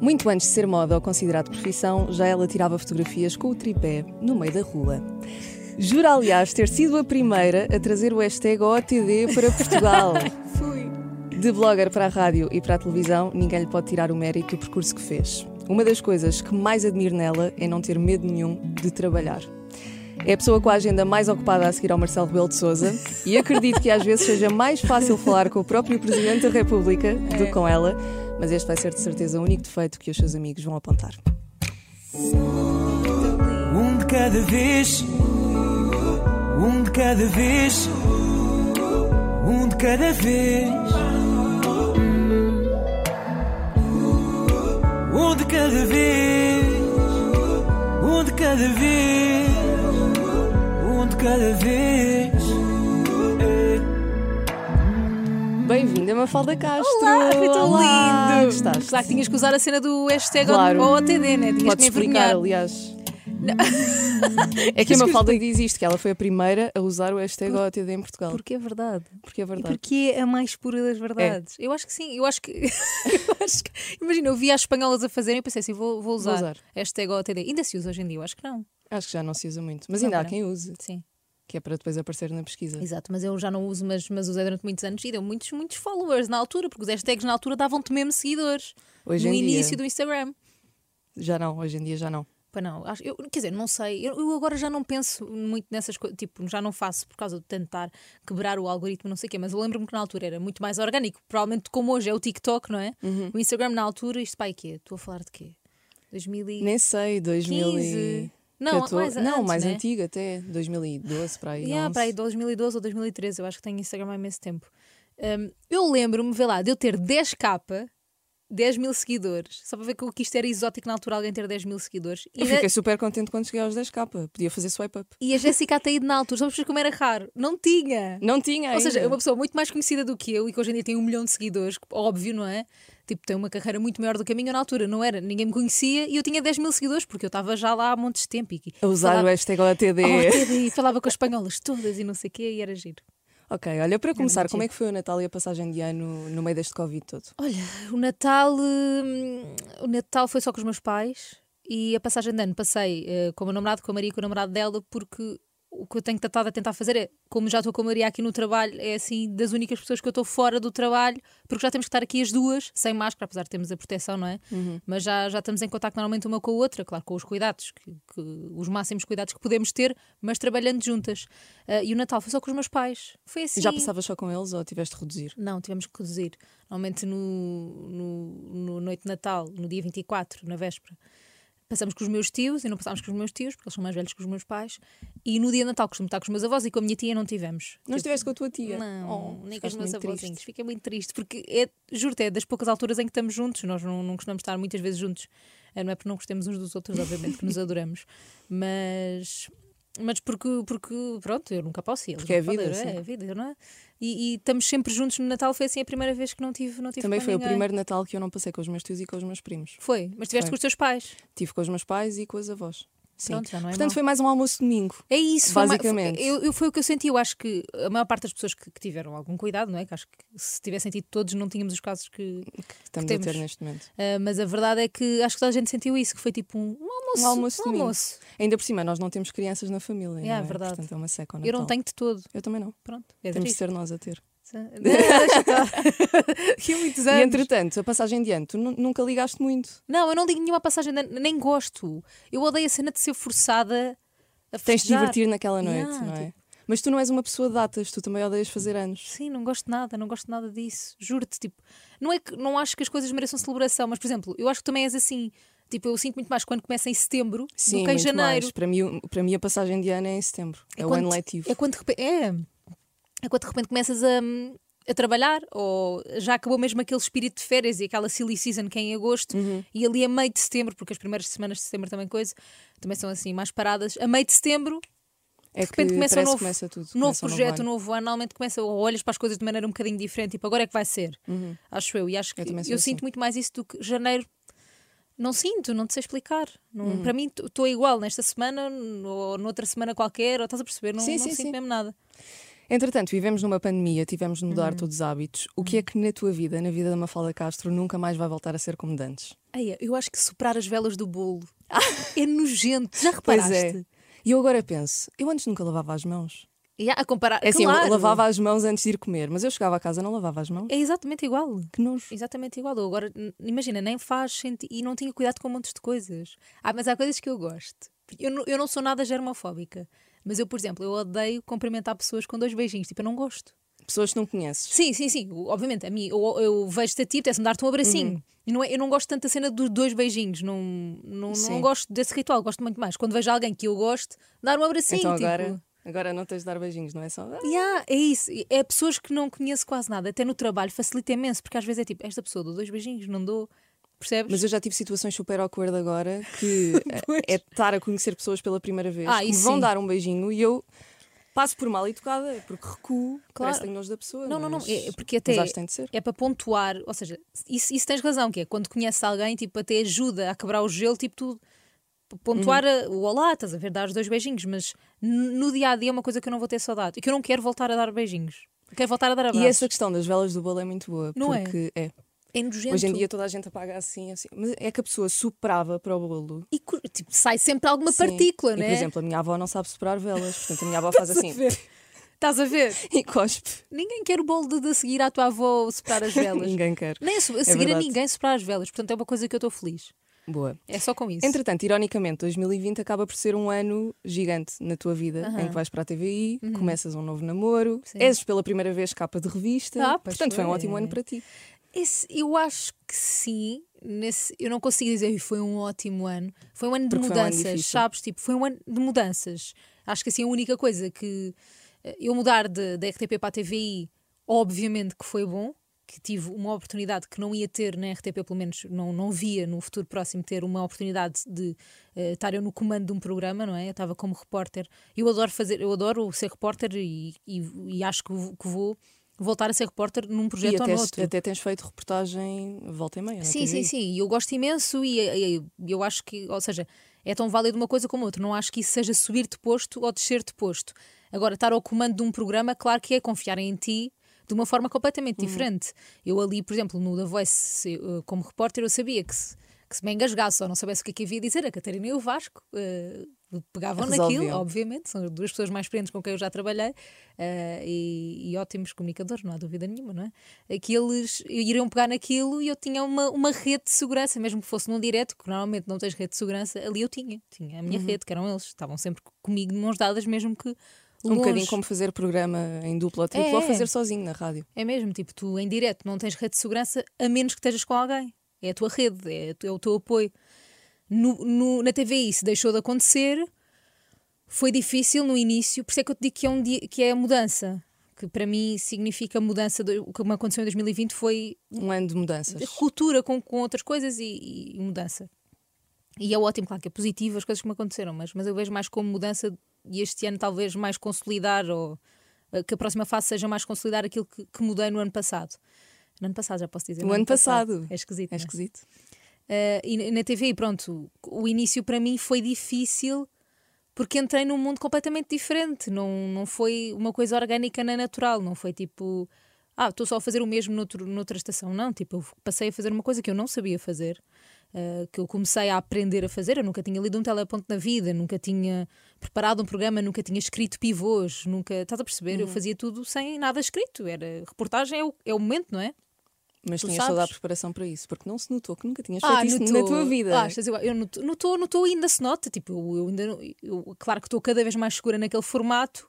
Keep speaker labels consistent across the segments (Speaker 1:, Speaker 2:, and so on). Speaker 1: Muito antes de ser moda ou considerado profissão, já ela tirava fotografias com o tripé no meio da rua. Jura, aliás, ter sido a primeira a trazer o hashtag OTD para Portugal.
Speaker 2: Fui.
Speaker 1: De blogger para a rádio e para a televisão, ninguém lhe pode tirar o mérito e o percurso que fez. Uma das coisas que mais admiro nela é não ter medo nenhum de trabalhar. É a pessoa com a agenda mais ocupada a seguir ao Marcelo Rebelo de Souza e acredito que às vezes seja mais fácil falar com o próprio Presidente da República do que com ela, mas este vai ser de certeza o único defeito que os seus amigos vão apontar.
Speaker 3: Um de cada vez, um de cada vez, um de cada vez, um de cada vez, um de cada vez, um de cada vez.
Speaker 1: Bem-vinda, Mafalda Castro! é
Speaker 2: Olá, foi tão
Speaker 1: Olá,
Speaker 2: lindo!
Speaker 1: Gostaste?
Speaker 2: Claro que tinhas que usar a cena do hashtag
Speaker 1: Claro.
Speaker 2: ou OTD, né? Tinhas que
Speaker 1: Podes
Speaker 2: me
Speaker 1: explicar,
Speaker 2: envergonhar.
Speaker 1: aliás. É que a Mafalda diz isto, que ela foi a primeira a usar o hashtag OTD em Portugal.
Speaker 2: Porque é verdade.
Speaker 1: Porque é
Speaker 2: E
Speaker 1: verdade.
Speaker 2: porque é a mais pura das verdades. É. Eu acho que sim, eu acho que. eu acho que- Imagina, eu vi as espanholas a fazerem e eu pensei assim, vou, vou usar.
Speaker 1: usar.
Speaker 2: Hashtag OTD. Ainda se usa hoje em dia, eu acho que não.
Speaker 1: Acho que já não se usa muito. Mas
Speaker 2: Não,
Speaker 1: ainda há
Speaker 2: para.
Speaker 1: quem use,
Speaker 2: Sim.
Speaker 1: que é para depois aparecer na pesquisa.
Speaker 2: Exato, mas eu já não uso, mas, mas usei durante muitos anos e deu muitos, muitos followers na altura, porque os hashtags na altura davam-te mesmo seguidores.
Speaker 1: Hoje
Speaker 2: no
Speaker 1: em
Speaker 2: início
Speaker 1: dia.
Speaker 2: do Instagram.
Speaker 1: Já não, hoje em dia já não.
Speaker 2: Pá, não, acho, eu, quer dizer, não sei, eu, eu agora já não penso muito nessas coisas, tipo, já não faço por causa de tentar quebrar o algoritmo, não sei o quê, mas eu lembro-me que na altura era muito mais orgânico, provavelmente como hoje é o TikTok, não é?
Speaker 1: Uhum.
Speaker 2: O Instagram na altura, isto pai quê? Estou a falar de quê? 2015?
Speaker 1: Nem sei, 2014.
Speaker 2: Não, mais,
Speaker 1: não,
Speaker 2: antes,
Speaker 1: mais
Speaker 2: né?
Speaker 1: antigo até, 2012 para aí.
Speaker 2: Yeah,
Speaker 1: 11.
Speaker 2: para aí 2012 ou 2013, eu acho que tenho Instagram há imenso tempo. Um, eu lembro-me, vê lá, de eu ter 10k, 10 mil seguidores, só para ver que o que isto era exótico na altura, alguém ter 10 mil seguidores. E
Speaker 1: Eu
Speaker 2: na-
Speaker 1: fiquei super contente quando cheguei aos 10k. Podia fazer swipe up.
Speaker 2: E a Jéssica Ataíde na altura, sabes como era raro? Não tinha.
Speaker 1: Não tinha
Speaker 2: Ou seja, é
Speaker 1: ainda.
Speaker 2: uma pessoa muito mais conhecida do que eu e que hoje em dia tem um milhão de seguidores, óbvio, não é? Tipo, tem uma carreira muito maior do que a minha na altura, não era? Ninguém me conhecia e eu tinha 10 mil seguidores porque eu estava já lá há montes de tempo. E,
Speaker 1: A usar o hashtag OTD.
Speaker 2: falava, oh, TD, falava com as espanholas todas e não sei o quê e era giro.
Speaker 1: ok, olha, para começar,
Speaker 2: muito
Speaker 1: como é que foi o Natal e a passagem de ano no meio deste Covid todo?
Speaker 2: Olha, o Natal, hum, o Natal foi só com os meus pais e a passagem de ano passei eh, com o meu namorado, com a Maria, e com o namorado dela, porque o que eu tenho tratado a tentar fazer é, como já estou com a Maria aqui no trabalho, é assim das únicas pessoas que eu estou fora do trabalho, porque já temos que estar aqui as duas, sem máscara, apesar de termos a proteção, não é? Mas já, já estamos em contacto normalmente uma com a outra, claro, com os cuidados, que, que- os máximos cuidados que podemos ter, mas trabalhando juntas. Ah, e o Natal foi só com os meus pais. Foi assim.
Speaker 1: Já passavas só com eles ou tiveste de reduzir?
Speaker 2: Não, tivemos que reduzir. Normalmente no, no, no noite de Natal, no dia 24, na véspera, passamos com os meus tios e não passámos com os meus tios, porque eles são mais velhos que os meus pais. E no dia de Natal costumo estar com os meus avós e com a minha tia não tivemos.
Speaker 1: Não
Speaker 2: Tive-
Speaker 1: estiveste com a tua tia?
Speaker 2: Não,
Speaker 1: Oh,
Speaker 2: nem com os
Speaker 1: ficaste
Speaker 2: meus
Speaker 1: muito triste.
Speaker 2: avózinhos. Fiquei muito triste, porque é, juro-te, é das poucas alturas em que estamos juntos. Nós não, não costumamos estar muitas vezes juntos. Eh, Não é porque não gostemos uns dos outros, obviamente, que nos adoramos. Mas. Mas porque, porque, pronto, eu nunca posso ir. eles
Speaker 1: Porque é
Speaker 2: não podem,
Speaker 1: vida,
Speaker 2: é,
Speaker 1: sim.
Speaker 2: é vida, não é? E, e estamos sempre juntos no Natal. Foi assim a primeira vez que não tive, não tive
Speaker 1: Também
Speaker 2: com
Speaker 1: foi
Speaker 2: ninguém.
Speaker 1: o primeiro Natal que eu não passei com os meus tios e com os meus primos.
Speaker 2: Foi, mas estiveste
Speaker 1: Foi.
Speaker 2: com os teus pais.
Speaker 1: Tive com os meus pais e com as avós. Sim.
Speaker 2: Pronto, já não é
Speaker 1: Portanto,
Speaker 2: mau.
Speaker 1: foi mais um almoço de domingo.
Speaker 2: É isso, foi uma-
Speaker 1: Basicamente.
Speaker 2: foi- eu, eu- foi o que eu senti. Eu acho que a maior parte das pessoas que, que tiveram algum cuidado, não é? Que acho que se tivessem tido todos, não tínhamos os casos que,
Speaker 1: que estamos a
Speaker 2: temos.
Speaker 1: ter neste momento.
Speaker 2: Uh, mas a verdade é que acho que toda a gente sentiu isso, que foi tipo um, um almoço.
Speaker 1: Um almoço de
Speaker 2: um
Speaker 1: domingo.
Speaker 2: almoço.
Speaker 1: Ainda por cima, nós não temos crianças na família.
Speaker 2: É,
Speaker 1: não
Speaker 2: é verdade.
Speaker 1: Portanto, é uma seca. ao
Speaker 2: Eu não
Speaker 1: Natal.
Speaker 2: tenho de todo.
Speaker 1: Eu também não.
Speaker 2: Pronto. É
Speaker 1: Temos de
Speaker 2: triste. É,
Speaker 1: ser nós a ter.
Speaker 2: Deixa estar. Daqui a muitos anos.
Speaker 1: E entretanto, a passagem de ano, tu nu- nunca ligaste muito.
Speaker 2: Não, eu não digo nenhuma passagem, de ano, nem gosto. Eu odeio a cena de ser forçada a
Speaker 1: Tens de
Speaker 2: festejar.
Speaker 1: divertir naquela noite,
Speaker 2: Yeah,
Speaker 1: não é?
Speaker 2: tipo-
Speaker 1: Mas tu não és uma pessoa de datas, tu também odeias fazer anos.
Speaker 2: Sim, não gosto de nada, não gosto de nada disso. Juro-te, tipo, não é que não acho que as coisas mereçam celebração, mas por exemplo, eu acho que também és assim. Tipo, eu sinto muito mais quando começa em setembro do que em
Speaker 1: muito
Speaker 2: janeiro.
Speaker 1: mais. Para mim, o- para mim, a passagem de ano é em setembro. É, o
Speaker 2: quando-
Speaker 1: ano letivo.
Speaker 2: É quando, de repente, é, é quando de repente começas a, a trabalhar, ou já acabou mesmo aquele espírito de férias e aquela silly season que é em agosto,
Speaker 1: Uhum.
Speaker 2: e ali a meio de setembro, porque as primeiras semanas de setembro também coisa, também são assim mais paradas, a meio de setembro.
Speaker 1: É
Speaker 2: De repente
Speaker 1: que
Speaker 2: começa um
Speaker 1: parece
Speaker 2: novo,
Speaker 1: que começa tudo.
Speaker 2: novo
Speaker 1: começa um
Speaker 2: projeto, um
Speaker 1: ano.
Speaker 2: novo ano. Normalmente começa, ou olhas para as coisas de maneira um bocadinho diferente, tipo agora é que vai ser, acho eu. E acho que eu,
Speaker 1: também sou assim.
Speaker 2: sinto muito mais isso do que janeiro. Não sinto, não te sei explicar. Não- Para mim, estou igual nesta semana ou noutra semana qualquer, ou estás a perceber? Não,
Speaker 1: Sim,
Speaker 2: não
Speaker 1: sim,
Speaker 2: sinto
Speaker 1: sim.
Speaker 2: mesmo nada.
Speaker 1: Entretanto, vivemos numa pandemia, tivemos de
Speaker 2: Uhum.
Speaker 1: mudar todos os hábitos. O que é que na tua vida, na vida da Mafalda Castro, nunca mais vai voltar a ser como de antes?
Speaker 2: Ai, eu acho que soprar as velas do bolo é nojento. Já
Speaker 1: Pois
Speaker 2: reparaste?
Speaker 1: é. E eu agora penso, eu antes nunca lavava as mãos.
Speaker 2: E há- a comparar.
Speaker 1: É assim,
Speaker 2: claro.
Speaker 1: eu lavava as mãos antes de ir comer, mas eu chegava a casa não lavava as mãos.
Speaker 2: É exatamente igual.
Speaker 1: Que nojo.
Speaker 2: Exatamente igual. Eu agora, n- imagina, nem faz sentido. E não tinha cuidado com montes de coisas. Ah, mas há coisas que eu gosto. Eu não, eu não sou nada germofóbica. Mas eu, por exemplo, eu odeio cumprimentar pessoas com dois beijinhos. Tipo, eu não gosto.
Speaker 1: Pessoas que não conheces.
Speaker 2: Sim, sim, sim. O- Obviamente, a mim, eu, eu vejo-te a ti, apetece-me dar-te um
Speaker 1: Uhum.
Speaker 2: abracinho. E não é- eu não gosto tanto da cena dos dois beijinhos. Não, não,
Speaker 1: Sim.
Speaker 2: não gosto desse ritual. Gosto muito mais. Quando vejo alguém que eu gosto, dar um abracinho.
Speaker 1: então
Speaker 2: tipo,
Speaker 1: agora, agora não tens de dar beijinhos, não é só.
Speaker 2: Yeah, é isso. E É pessoas que não conheço quase nada. Até no trabalho facilita imenso, porque às vezes é tipo, esta pessoa dou dois beijinhos, não dou. Percebes?
Speaker 1: Mas eu já tive situações super awkward agora que
Speaker 2: Pois.
Speaker 1: é estar a conhecer pessoas pela primeira vez.
Speaker 2: Ah,
Speaker 1: que me
Speaker 2: isso
Speaker 1: vão
Speaker 2: sim.
Speaker 1: dar um beijinho e eu passo por mal e tocada, porque recuo, parece que tenho nojo da pessoa.
Speaker 2: Não, não, não.
Speaker 1: mas-
Speaker 2: É, é porque
Speaker 1: mas
Speaker 2: até
Speaker 1: acho que tem de ser.
Speaker 2: é para pontuar, ou seja, isso, isso tens razão, que é quando conheces alguém, tipo, até ajuda a quebrar o gelo, tipo, tu pontuar a-
Speaker 1: Uhum.
Speaker 2: o olá, estás a ver, dar os dois beijinhos, mas n- no dia a dia é uma coisa que eu não vou ter saudade e que eu não quero voltar a dar beijinhos. Quero voltar a dar abraços.
Speaker 1: E essa questão das velas do bolo é muito boa.
Speaker 2: Não é?
Speaker 1: porque é.
Speaker 2: é nojento.
Speaker 1: Hoje em dia toda a gente apaga assim, assim. Mas é que a pessoa soprava para o bolo.
Speaker 2: E cu- tipo, sai sempre alguma
Speaker 1: Sim.
Speaker 2: partícula,
Speaker 1: e,
Speaker 2: né?
Speaker 1: Por exemplo, a minha avó não sabe soprar velas. Portanto, a minha avó faz assim
Speaker 2: Estás a ver?
Speaker 1: e cospe.
Speaker 2: Ninguém quer o bolo de, de seguir à tua avó soprar as velas.
Speaker 1: Ninguém quer.
Speaker 2: Nem a, so- a seguir a
Speaker 1: É verdade.
Speaker 2: ninguém soprar as velas. Portanto, é uma coisa que eu estou feliz.
Speaker 1: Boa.
Speaker 2: É só com isso.
Speaker 1: Entretanto, ironicamente, 2020 acaba por ser um ano gigante na tua vida, em
Speaker 2: Aham. Uhum.
Speaker 1: que vais para a TVI, começas um novo namoro,
Speaker 2: Sim.
Speaker 1: és pela primeira vez capa de revista.
Speaker 2: Ah, pois
Speaker 1: Portanto, foi um
Speaker 2: foi.
Speaker 1: ótimo ano para ti.
Speaker 2: Esse- eu acho que sim. Nesse, eu não consigo dizer "Ui, foi um ótimo ano. Foi um ano de
Speaker 1: Porque foi um ano
Speaker 2: mudanças,
Speaker 1: difícil.
Speaker 2: sabes? Tipo, foi um ano de mudanças. Acho que assim a única coisa que eh, eu mudar de- da RTP para a TVI, obviamente que foi bom, que tive uma oportunidade que não ia ter na RTP, pelo menos não, não via no futuro próximo ter uma oportunidade de eh, estar eu no comando de um programa, não é? Eu estava como repórter. Eu adoro fazer, eu adoro ser repórter e, e- e acho que, vou- que vou voltar a ser repórter num
Speaker 1: E
Speaker 2: projeto ou
Speaker 1: até,
Speaker 2: no outro.
Speaker 1: até tens feito reportagem volta e meia. na
Speaker 2: Sim, sim,
Speaker 1: TVI.
Speaker 2: sim. E eu gosto imenso e, e- e eu acho que, ou seja, é tão válido uma coisa como outra. Não acho que isso seja subir de posto ou descer de posto. Agora, estar ao comando de um programa, claro que é confiar em ti de uma forma completamente diferente. Eu ali, por exemplo, no The Voice, se- eh, como repórter, eu sabia que se, que se me engasgasse ou não soubesse o que é que havia a dizer, a Catarina e o Vasco eh, pegavam naquilo,
Speaker 1: Resolviam.
Speaker 2: obviamente. São as duas pessoas mais experientes com quem eu já trabalhei eh, e, e ótimos comunicadores, não há dúvida nenhuma, não é? Que eles iriam pegar naquilo e eu tinha uma, uma rede de segurança, mesmo que fosse num direto, que normalmente não tens rede de segurança, ali eu tinha. Tinha a minha
Speaker 1: Uhum.
Speaker 2: rede, que eram eles. Estavam sempre comigo de mãos dadas, mesmo que.
Speaker 1: Um
Speaker 2: longe.
Speaker 1: bocadinho como fazer programa em dupla ou tripla
Speaker 2: É,
Speaker 1: ou
Speaker 2: é.
Speaker 1: fazer sozinho na rádio.
Speaker 2: É mesmo, tipo, tu em direto não tens rede de segurança a menos que estejas com alguém. É a tua rede, é, a tu- é o teu apoio. No, no- na TVI isso deixou de acontecer, foi difícil no início, por isso é que eu te digo que é, um dia, que é a mudança. Que para mim significa mudança. do- o que me aconteceu em 2020 foi
Speaker 1: Um ano de mudanças.
Speaker 2: ruptura com, com outras coisas e, e mudança. E é ótimo, claro que é positivo as coisas que me aconteceram, mas, mas eu vejo mais como mudança e este ano talvez mais consolidar ou eh, que a próxima fase seja mais consolidar aquilo que, que mudei no ano passado. No ano passado, já posso dizer.
Speaker 1: No
Speaker 2: no
Speaker 1: ano passado.
Speaker 2: É esquisito.
Speaker 1: É
Speaker 2: não é?
Speaker 1: esquisito.
Speaker 2: Eh, e na- na TV, pronto, o início para mim foi difícil porque entrei num mundo completamente diferente. Não, não foi uma coisa orgânica nem natural. Não foi tipo, ah, estou só a fazer o mesmo noutro, noutra estação. Não, tipo, eu passei a fazer uma coisa que eu não sabia fazer, eh, que eu comecei a aprender a fazer. Eu nunca tinha lido um teleponto na vida, nunca tinha preparado um programa, nunca tinha escrito pivôs, nunca. Estás a perceber? Eu fazia tudo sem nada escrito. Era reportagem, é o, é o momento, não é?
Speaker 1: Mas
Speaker 2: Tu
Speaker 1: tinhas toda a
Speaker 2: sabes?
Speaker 1: preparação para isso, porque não se notou que nunca tinhas feito isso na
Speaker 2: notou.
Speaker 1: tua vida.
Speaker 2: Ah, Achas, eu, eu noto, notou, notou, ainda se nota. Tipo, eu, eu ainda não- eu- claro que estou cada vez mais segura naquele formato,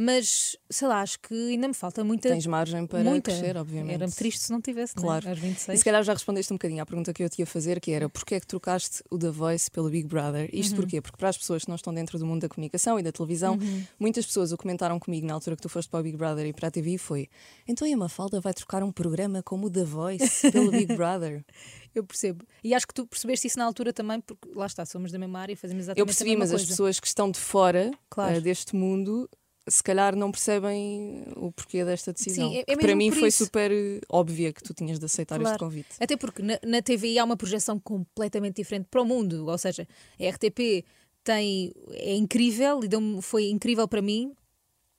Speaker 2: mas sei lá, acho que ainda me falta muita.
Speaker 1: Tens margem para
Speaker 2: muita.
Speaker 1: crescer, obviamente.
Speaker 2: Era triste se não tivesse, não é?
Speaker 1: Claro.
Speaker 2: Aos
Speaker 1: E
Speaker 2: 26.
Speaker 1: se calhar já respondeste um bocadinho à pergunta que eu te ia fazer, que era porque é que trocaste o The Voice pelo Big Brother?
Speaker 2: Uhum.
Speaker 1: Isto porquê? Porque para as pessoas que não estão dentro do mundo da comunicação e da televisão,
Speaker 2: Uhum.
Speaker 1: muitas pessoas o comentaram comigo na altura que tu foste para o Big Brother e para a TV foi então e a Mafalda vai trocar um programa como o The Voice pelo Big Brother?
Speaker 2: Eu percebo. E acho que tu percebeste isso na altura também, porque lá está, somos da mesma área e fazemos exatamente
Speaker 1: eu percebi,
Speaker 2: a mesma
Speaker 1: mas
Speaker 2: coisa.
Speaker 1: as pessoas que estão de fora
Speaker 2: Claro.
Speaker 1: eh, deste mundo se calhar não percebem o porquê desta decisão.
Speaker 2: Sim, é- é
Speaker 1: Que para
Speaker 2: mesmo
Speaker 1: mim
Speaker 2: por
Speaker 1: foi
Speaker 2: isso.
Speaker 1: super eh, óbvia que tu tinhas de aceitar este
Speaker 2: Claro.
Speaker 1: convite.
Speaker 2: Até porque na, na TVI há uma projeção completamente diferente para o mundo, ou seja, a RTP tem, é incrível e deu foi incrível para mim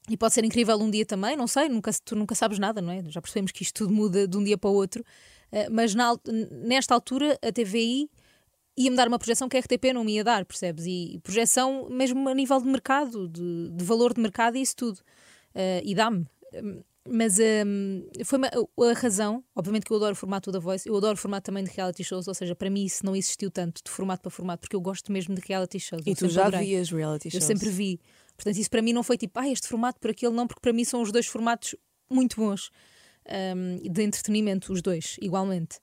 Speaker 2: E pode ser incrível um dia também, não sei, nunca, tu nunca sabes nada, não é? Já percebemos que isto tudo muda de um dia para o outro. Eh, mas na al- nesta altura, a TVI ia-me dar uma projeção que a RTP não me ia dar, percebes? E, e projeção mesmo a nível de mercado, de, de valor de mercado e isso tudo. Eh, e dá-me. Hum, Mas hum, foi uma- a razão, obviamente que eu adoro o formato da Voice, eu adoro o formato também de reality shows, ou seja, para mim isso não existiu tanto de formato para formato, porque eu gosto mesmo de reality shows.
Speaker 1: E
Speaker 2: eu
Speaker 1: tu
Speaker 2: sempre
Speaker 1: já
Speaker 2: adorei.
Speaker 1: vias reality
Speaker 2: Eu
Speaker 1: shows.
Speaker 2: sempre vi. Portanto, isso para mim não foi tipo, ah, este formato por aquele, não, porque para mim são os dois formatos muito bons hum, de entretenimento, os dois, igualmente.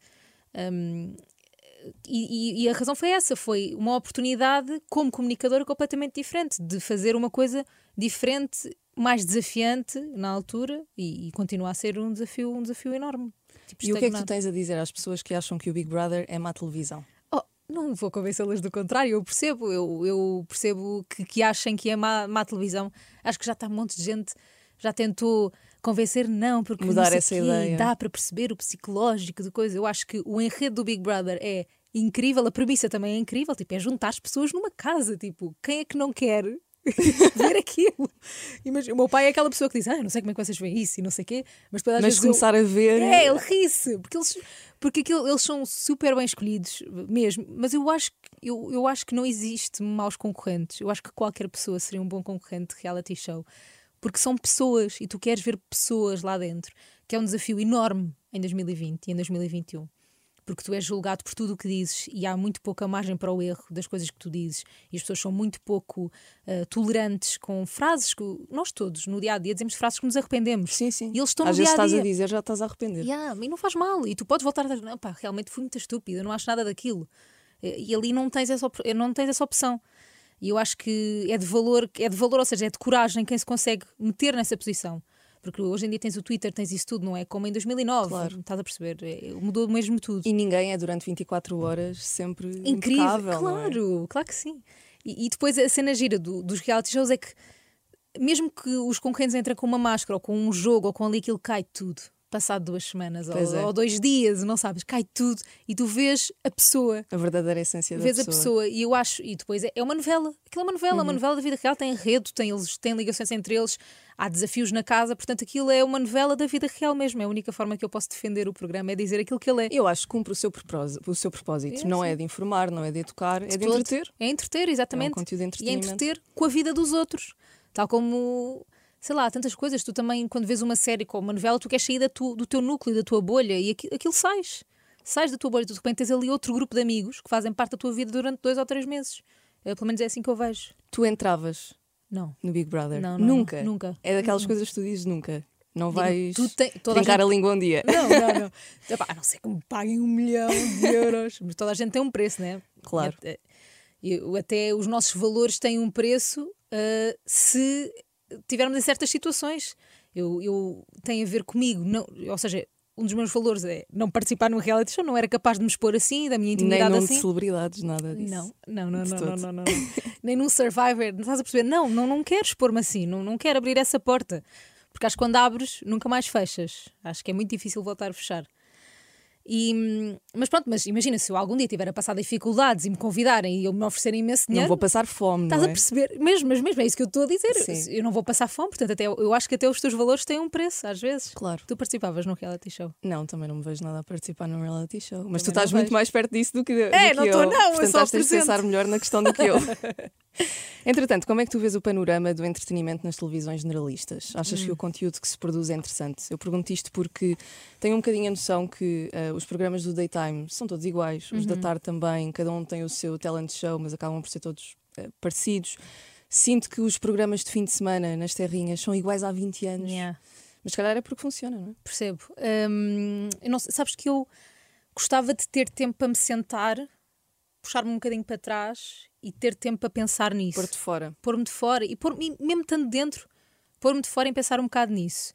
Speaker 2: Hum, e, e- e a razão foi essa: foi uma oportunidade como comunicadora completamente diferente, de fazer uma coisa diferente, mais desafiante na altura e, e continua a ser um desafio, um desafio enorme. Tipo,
Speaker 1: E o que é que tu
Speaker 2: estagnado.
Speaker 1: tens a dizer às pessoas que acham que o Big Brother é má televisão?
Speaker 2: Oh, não vou convencê-las do contrário, eu percebo, eu, eu percebo que, que achem que é má, má televisão. Acho que já está um monte de gente, já tentou convencer, não, porque não
Speaker 1: Mudar
Speaker 2: sei
Speaker 1: essa
Speaker 2: quê,
Speaker 1: ideia.
Speaker 2: dá para perceber o psicológico de coisa. Eu acho que o enredo do Big Brother é incrível, a premissa também é incrível, tipo, é juntar as pessoas numa casa, tipo, quem é que não quer? ver aquilo. Imagina, o meu pai é aquela pessoa que diz: Ah, não sei como é que vocês veem isso e não sei o quê, mas depois às
Speaker 1: Mas
Speaker 2: vezes eu-
Speaker 1: começar a ver.
Speaker 2: é, ele ri-se, porque, eles, porque aquilo- eles são super bem escolhidos, mesmo. Mas eu acho, que- eu, eu acho que não existe maus concorrentes. Eu acho que qualquer pessoa seria um bom concorrente de reality show. Porque são pessoas e tu queres ver pessoas lá dentro, que é um desafio enorme em 2020 e em 2021. Porque tu és julgado por tudo o que dizes e há muito pouca margem para o erro das coisas que tu dizes. E as pessoas são muito pouco eh, tolerantes com frases que nós todos, no dia a dia, dizemos frases que nos arrependemos.
Speaker 1: Sim, sim.
Speaker 2: E eles estão no
Speaker 1: Às vezes
Speaker 2: dia-a-dia.
Speaker 1: estás a dizer, já estás a arrepender.
Speaker 2: Yeah, e não faz mal. E tu podes voltar atrás. Não, pá, realmente fui muito estúpida, não acho nada daquilo. E e ali não tens essa, op- não tens essa opção. E eu acho que é de valor, é de valor, ou seja, é de coragem quem se consegue meter nessa posição. Porque hoje em dia tens o Twitter, tens isso tudo, não é? Como em 2009,
Speaker 1: Claro.
Speaker 2: estás a perceber? É, Mudou mesmo tudo
Speaker 1: E ninguém é durante 24 horas sempre
Speaker 2: incrível.
Speaker 1: impecável, não é?
Speaker 2: claro, claro que sim. E, e depois a cena gira do- dos reality shows é que, mesmo que os concorrentes entrem com uma máscara ou com um jogo ou com ali aquilo, cai tudo. Passado duas semanas ou,
Speaker 1: Pois é.
Speaker 2: ou dois dias, não sabes, cai tudo. E tu vês a pessoa
Speaker 1: A verdadeira essência
Speaker 2: vês
Speaker 1: da
Speaker 2: a pessoa e eu acho, e depois é, é uma novela, aquilo é uma novela, é
Speaker 1: Uhum.
Speaker 2: uma novela da vida real, tem enredo, tem, eles, tem ligações entre eles, há desafios na casa, portanto aquilo é uma novela da vida real mesmo. É a única forma que eu posso defender o programa, é dizer aquilo que ele é.
Speaker 1: Eu acho que cumpre o seu propósito. O seu propósito.
Speaker 2: É,
Speaker 1: não
Speaker 2: sim.
Speaker 1: é de informar, não é de educar, é de
Speaker 2: todo.
Speaker 1: entreter.
Speaker 2: É entreter, exatamente.
Speaker 1: É um conteúdo de
Speaker 2: e é
Speaker 1: entretenimento.
Speaker 2: entreter com a vida dos outros. Tal como, sei lá, tantas coisas. Tu também, quando vês uma série como uma novela, tu queres sair da tu- do teu núcleo, e da tua bolha, e aquilo, aquilo sais. Sais da tua bolha, tu de repente tens ali outro grupo de amigos que fazem parte da tua vida durante dois ou três meses. Eh, pelo menos é assim que eu vejo.
Speaker 1: Tu entravas
Speaker 2: Não.
Speaker 1: no Big Brother.
Speaker 2: Não, não,
Speaker 1: nunca.
Speaker 2: não, nunca.
Speaker 1: É daquelas coisas que tu dizes nunca. Não vais
Speaker 2: tu tem- toda a
Speaker 1: brincar a,
Speaker 2: gente-
Speaker 1: língua um dia.
Speaker 2: Não, não, não. Epá, a não ser que me paguem um milhão de euros. Mas toda a gente tem um preço, né?
Speaker 1: Claro.
Speaker 2: Até, eu- até os nossos valores têm um preço ah, se tivermos em certas situações. Eu, eu tem a ver comigo, não, ou seja, um dos meus valores é não participar numa reality show, não era capaz de me expor assim, da minha
Speaker 1: Nem
Speaker 2: intimidade
Speaker 1: nome
Speaker 2: assim.
Speaker 1: de celebridades, nada disso.
Speaker 2: Não, não, não,
Speaker 1: De
Speaker 2: não, não,
Speaker 1: todo.
Speaker 2: não, não, não. Nem num Survivor, não estás a perceber? Não, não, não quero expor-me assim, não, não quero abrir essa porta. Porque acho que quando abres, nunca mais fechas. Acho que é muito difícil voltar a fechar. E, hum, mas pronto, mas imagina se eu algum dia tiver a passar dificuldades e me convidarem e eu me oferecerem imenso
Speaker 1: Não
Speaker 2: dinheiro.
Speaker 1: vou passar fome,
Speaker 2: Estás
Speaker 1: não
Speaker 2: a
Speaker 1: é?
Speaker 2: perceber? Mesmo, mas mesmo, é isso que eu estou a dizer.
Speaker 1: Sim.
Speaker 2: Eu não vou passar fome, portanto, até, eu acho que até os teus valores têm um preço, às vezes.
Speaker 1: Claro.
Speaker 2: Tu participavas num reality show.
Speaker 1: Não, também não me vejo nada a participar num reality show. Mas tu
Speaker 2: Também não
Speaker 1: estás muito
Speaker 2: vejo.
Speaker 1: mais perto disso do que, do
Speaker 2: É,
Speaker 1: que
Speaker 2: não
Speaker 1: eu.
Speaker 2: estou, não, eu
Speaker 1: Portanto,
Speaker 2: só
Speaker 1: acho que tens de
Speaker 2: apresento.
Speaker 1: pensar melhor na questão do que eu. Entretanto, como é que tu vês o panorama do entretenimento nas televisões generalistas? Achas
Speaker 2: Hum.
Speaker 1: que o conteúdo que se produz é interessante? Eu pergunto isto porque tenho um bocadinho a noção que ah, os programas do daytime são todos iguais, os
Speaker 2: Uhum.
Speaker 1: da tarde também, cada um tem o seu talent show, mas acabam por ser todos ah, parecidos. Sinto que os programas de fim de semana nas terrinhas são iguais há 20 anos. Mas se calhar é porque funciona, não é?
Speaker 2: Percebo. Hum, eu não sei- sabes que eu gostava de ter tempo para me sentar, puxar-me um bocadinho para trás e ter tempo para pensar nisso.
Speaker 1: Porto fora.
Speaker 2: Pôr-me de fora e pôr e mesmo estando dentro, pôr-me de fora e pensar um bocado nisso.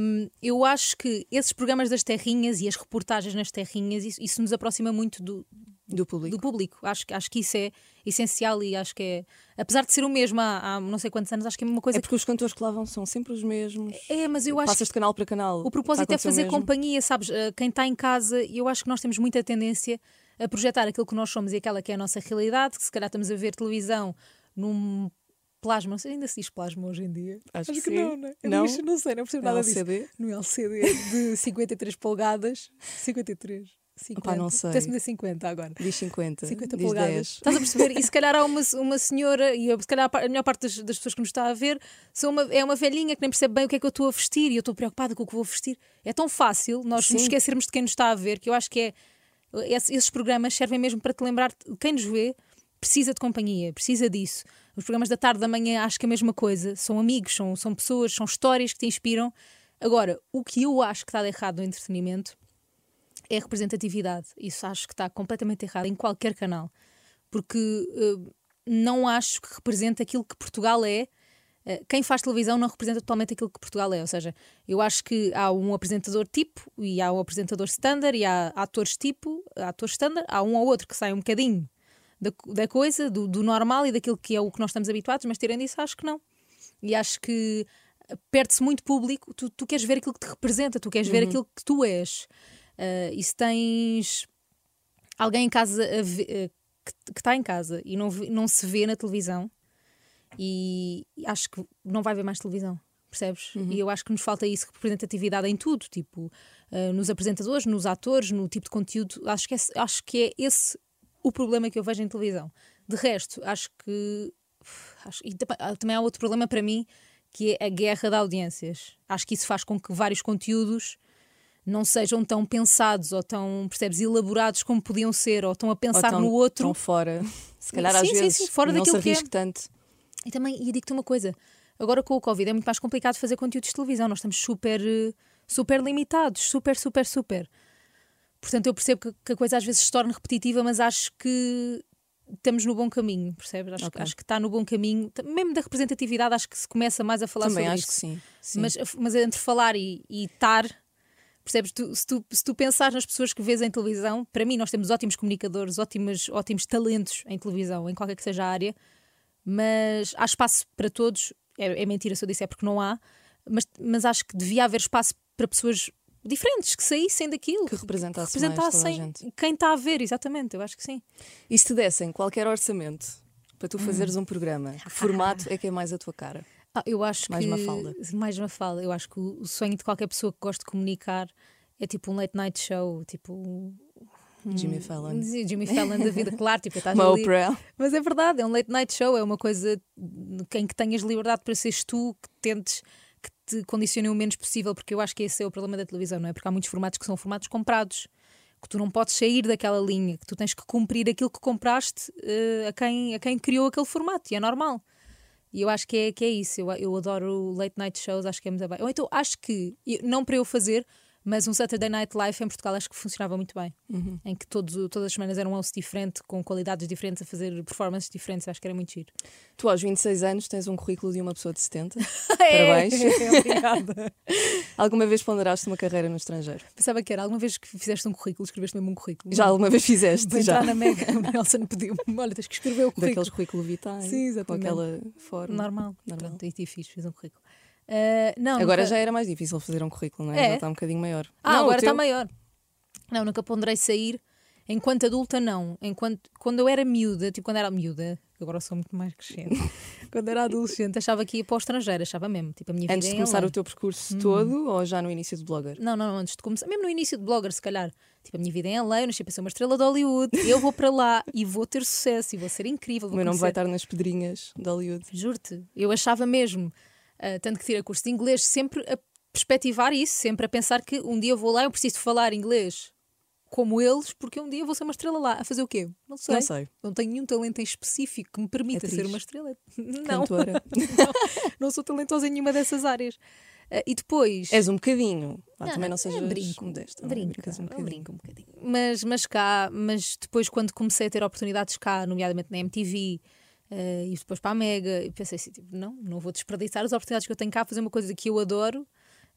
Speaker 2: Hum, eu acho que esses programas das terrinhas e as reportagens nas terrinhas, isso, isso nos aproxima muito do,
Speaker 1: Do público.
Speaker 2: do público. Acho, que- acho que isso é essencial e acho que é. Apesar de ser o mesmo há, há não sei quantos anos, acho que é uma coisa
Speaker 1: É porque os cantores que lá vão são sempre os mesmos.
Speaker 2: que. É, mas eu acho
Speaker 1: Passas de canal para canal.
Speaker 2: O propósito
Speaker 1: Está a
Speaker 2: é
Speaker 1: acontecer o
Speaker 2: fazer
Speaker 1: mesmo.
Speaker 2: companhia, sabes? Eh, Quem está em casa, e eu acho que nós temos muita tendência a projetar aquilo que nós somos e aquela que é a nossa realidade, que se calhar estamos a ver televisão num Plasma, não sei, ainda se diz plasma hoje em dia.
Speaker 1: Acho que
Speaker 2: que,
Speaker 1: sim.
Speaker 2: não, não é? É
Speaker 1: Não? um
Speaker 2: lixo, não sei, não é percebo nada disso.
Speaker 1: LCD?
Speaker 2: No LCD de 53 polgadas, 53. 50.
Speaker 1: Opá, não sei.
Speaker 2: Tens-me de 50 agora.
Speaker 1: Diz 50.
Speaker 2: 50
Speaker 1: diz
Speaker 2: polegadas.
Speaker 1: 10.
Speaker 2: Estás a perceber? E se calhar há uma, uma senhora, e eu- se calhar a par- a melhor parte das, das pessoas que nos está a ver são uma- é uma velhinha que nem percebe bem o que é que eu estou a vestir e eu estou preocupada com o que vou vestir. É tão fácil nós
Speaker 1: Sim.
Speaker 2: nos esquecermos de quem nos está a ver, que eu acho que é. esse- Esses programas servem mesmo para te lembrar de quem nos vê precisa de companhia, precisa disso. Os programas da tarde, da manhã, acho que é a mesma coisa. São amigos, são, são pessoas, são histórias que te inspiram. Agora, o que eu acho que está de errado no entretenimento é a representatividade. Isso acho que está completamente errado em qualquer canal. Porque eh, não acho que representa aquilo que Portugal é. Eh, Quem faz televisão não representa totalmente aquilo que Portugal é. Ou seja, eu acho que há um apresentador tipo e há um apresentador standard e há atores tipo, atores standard, há um ou outro que sai um bocadinho da, co- da coisa, do, do normal e daquilo que é o que nós estamos habituados, mas tirando isso, acho que não. E acho que eh, perde-se muito público. Tu, tu queres ver aquilo que te representa, tu queres ver aquilo que tu és. Ah, e se tens alguém em casa a ve- eh, que- que está em casa e não, vê- não se vê na televisão, e acho que não vai ver mais televisão. Percebes?
Speaker 1: Uhum.
Speaker 2: E eu acho que nos falta isso, representatividade em tudo, tipo ah, nos apresentadores, nos atores, no tipo de conteúdo. Acho que, é, acho que é esse o problema que eu vejo em televisão. De resto, acho que. uf, acho- e também, ah, também há outro problema para mim, que é a guerra de audiências. Acho que isso faz com que vários conteúdos não sejam tão pensados ou tão, percebes, elaborados como podiam ser, ou estão a
Speaker 1: Ou
Speaker 2: pensar
Speaker 1: tão-
Speaker 2: no outro.
Speaker 1: tão fora. Se calhar
Speaker 2: Sim,
Speaker 1: às
Speaker 2: sim,
Speaker 1: vezes
Speaker 2: sim, fora
Speaker 1: não se
Speaker 2: daquilo que é.
Speaker 1: arrisque tanto.
Speaker 2: E também, e digo-te uma coisa: agora com o Covid é muito mais complicado fazer conteúdos de televisão. Nós estamos super, eh, super limitados, super, super, super. Portanto, eu percebo que, que a coisa às vezes se torna repetitiva, mas acho que estamos no bom caminho, percebes? Acho,
Speaker 1: Ok.
Speaker 2: acho que está no bom caminho. T- Mesmo da representatividade, acho que se começa mais a falar
Speaker 1: Também
Speaker 2: sobre
Speaker 1: acho
Speaker 2: isso.
Speaker 1: que sim. sim.
Speaker 2: Mas, mas entre falar e e estar, percebes? Tu- se, tu, se tu pensares nas pessoas que vês em televisão, para mim nós temos ótimos comunicadores, ótimos, ótimos talentos em televisão, em qualquer que seja a área, mas há espaço para todos. É, é mentira se eu disser porque não há, mas, mas acho que devia haver espaço para pessoas diferentes que saíssem daquilo.
Speaker 1: Que representasse mais toda a gente.
Speaker 2: quem está a ver, exatamente, eu acho que sim.
Speaker 1: E se te dessem qualquer orçamento para tu fazeres um programa, que formato é que é mais a tua cara?
Speaker 2: Ah, eu acho
Speaker 1: Mais
Speaker 2: que
Speaker 1: Mafalda.
Speaker 2: mais uma fala. Eu acho que o o sonho de qualquer pessoa que gosta de comunicar é tipo um late night show, tipo um
Speaker 1: Jimmy Fallon.
Speaker 2: Sim, Jimmy Fallon da vida, claro, tipo, estás
Speaker 1: Hum. Uma
Speaker 2: ali.
Speaker 1: Oprah.
Speaker 2: Mas é verdade, é um late night show, é uma coisa em que tenhas liberdade para seres tu, que tentes que te condicionem o menos possível, porque eu acho que esse é o problema da televisão, não é? Porque há muitos formatos que são formatos comprados, que tu não podes sair daquela linha, que tu tens que cumprir aquilo que compraste eh, a, quem, a quem criou aquele formato, e é normal. E eu acho que é, que é isso. Eu, eu adoro late night shows, acho que é muito bem. Ou então acho que, e não para eu fazer, mas um Saturday Night Live em Portugal acho que funcionava muito bem. Em que todos, o- todas as semanas era um host diferente, com qualidades diferentes, a fazer performances diferentes, acho que era muito giro.
Speaker 1: Tu aos 26 anos tens um currículo de uma pessoa de 70. Parabéns.
Speaker 2: Obrigada.
Speaker 1: Alguma vez ponderaste uma carreira no estrangeiro?
Speaker 2: Pensava que era alguma vez que fizeste um currículo, escreveste mesmo um currículo.
Speaker 1: Já alguma vez fizeste?
Speaker 2: Para
Speaker 1: já.
Speaker 2: entrar na Mega, o Nelson pediu-me: olha, tens que escrever o currículo.
Speaker 1: Daqueles currículo vitae.
Speaker 2: Sim, exatamente.
Speaker 1: Com aquela forma.
Speaker 2: Normal.
Speaker 1: Normal.
Speaker 2: Pronto, e ti fiz, fiz um currículo. Ah, não,
Speaker 1: Agora
Speaker 2: nunca-
Speaker 1: já era mais difícil fazer um currículo, não é?
Speaker 2: É.
Speaker 1: Já está um bocadinho maior.
Speaker 2: Ah,
Speaker 1: Não, o
Speaker 2: agora
Speaker 1: teu-
Speaker 2: está maior. Não, nunca ponderei sair. Enquanto adulta, não. Enquanto, quando eu era miúda, tipo quando era miúda, que agora sou muito mais crescente, quando era adolescente, achava que ia para o estrangeiro, achava mesmo. Tipo, a minha
Speaker 1: Antes
Speaker 2: vida
Speaker 1: de
Speaker 2: é em
Speaker 1: começar
Speaker 2: LA.
Speaker 1: o teu percurso todo ou já no início de blogger?
Speaker 2: Não, não, não, antes de começar, mesmo no início de blogger, se calhar. Tipo, a minha vida é em LA, eu nasci para ser uma estrela de Hollywood, eu vou para lá e vou ter sucesso e vou ser incrível.
Speaker 1: O
Speaker 2: Vou
Speaker 1: meu nome vai
Speaker 2: conhecer-
Speaker 1: estar nas pedrinhas de Hollywood.
Speaker 2: Juro-te, eu achava mesmo, ah, tanto que tirei curso de inglês, sempre a perspectivar isso, sempre a pensar que um dia eu vou lá, eu preciso falar inglês como eles, porque um dia eu vou ser uma estrela lá. A fazer o quê? Não sei.
Speaker 1: Não sei. É
Speaker 2: Não tenho nenhum talento em específico que me permita
Speaker 1: Atriz.
Speaker 2: ser uma estrela. Não,
Speaker 1: Cantora.
Speaker 2: não sou talentosa em nenhuma dessas áreas. Ah, e depois.
Speaker 1: És um bocadinho. Ah,
Speaker 2: Não,
Speaker 1: também não
Speaker 2: é
Speaker 1: sejas
Speaker 2: brinco,
Speaker 1: modesta. não é?
Speaker 2: Brinco,
Speaker 1: Brincas um
Speaker 2: eu
Speaker 1: bocadinho.
Speaker 2: brinco um bocadinho. Mas, mas cá, mas depois quando comecei a ter oportunidades cá, nomeadamente na MTV eh, e depois para a Mega, eu pensei assim, tipo, não, não vou desperdiçar as oportunidades que eu tenho cá a fazer uma coisa que eu adoro,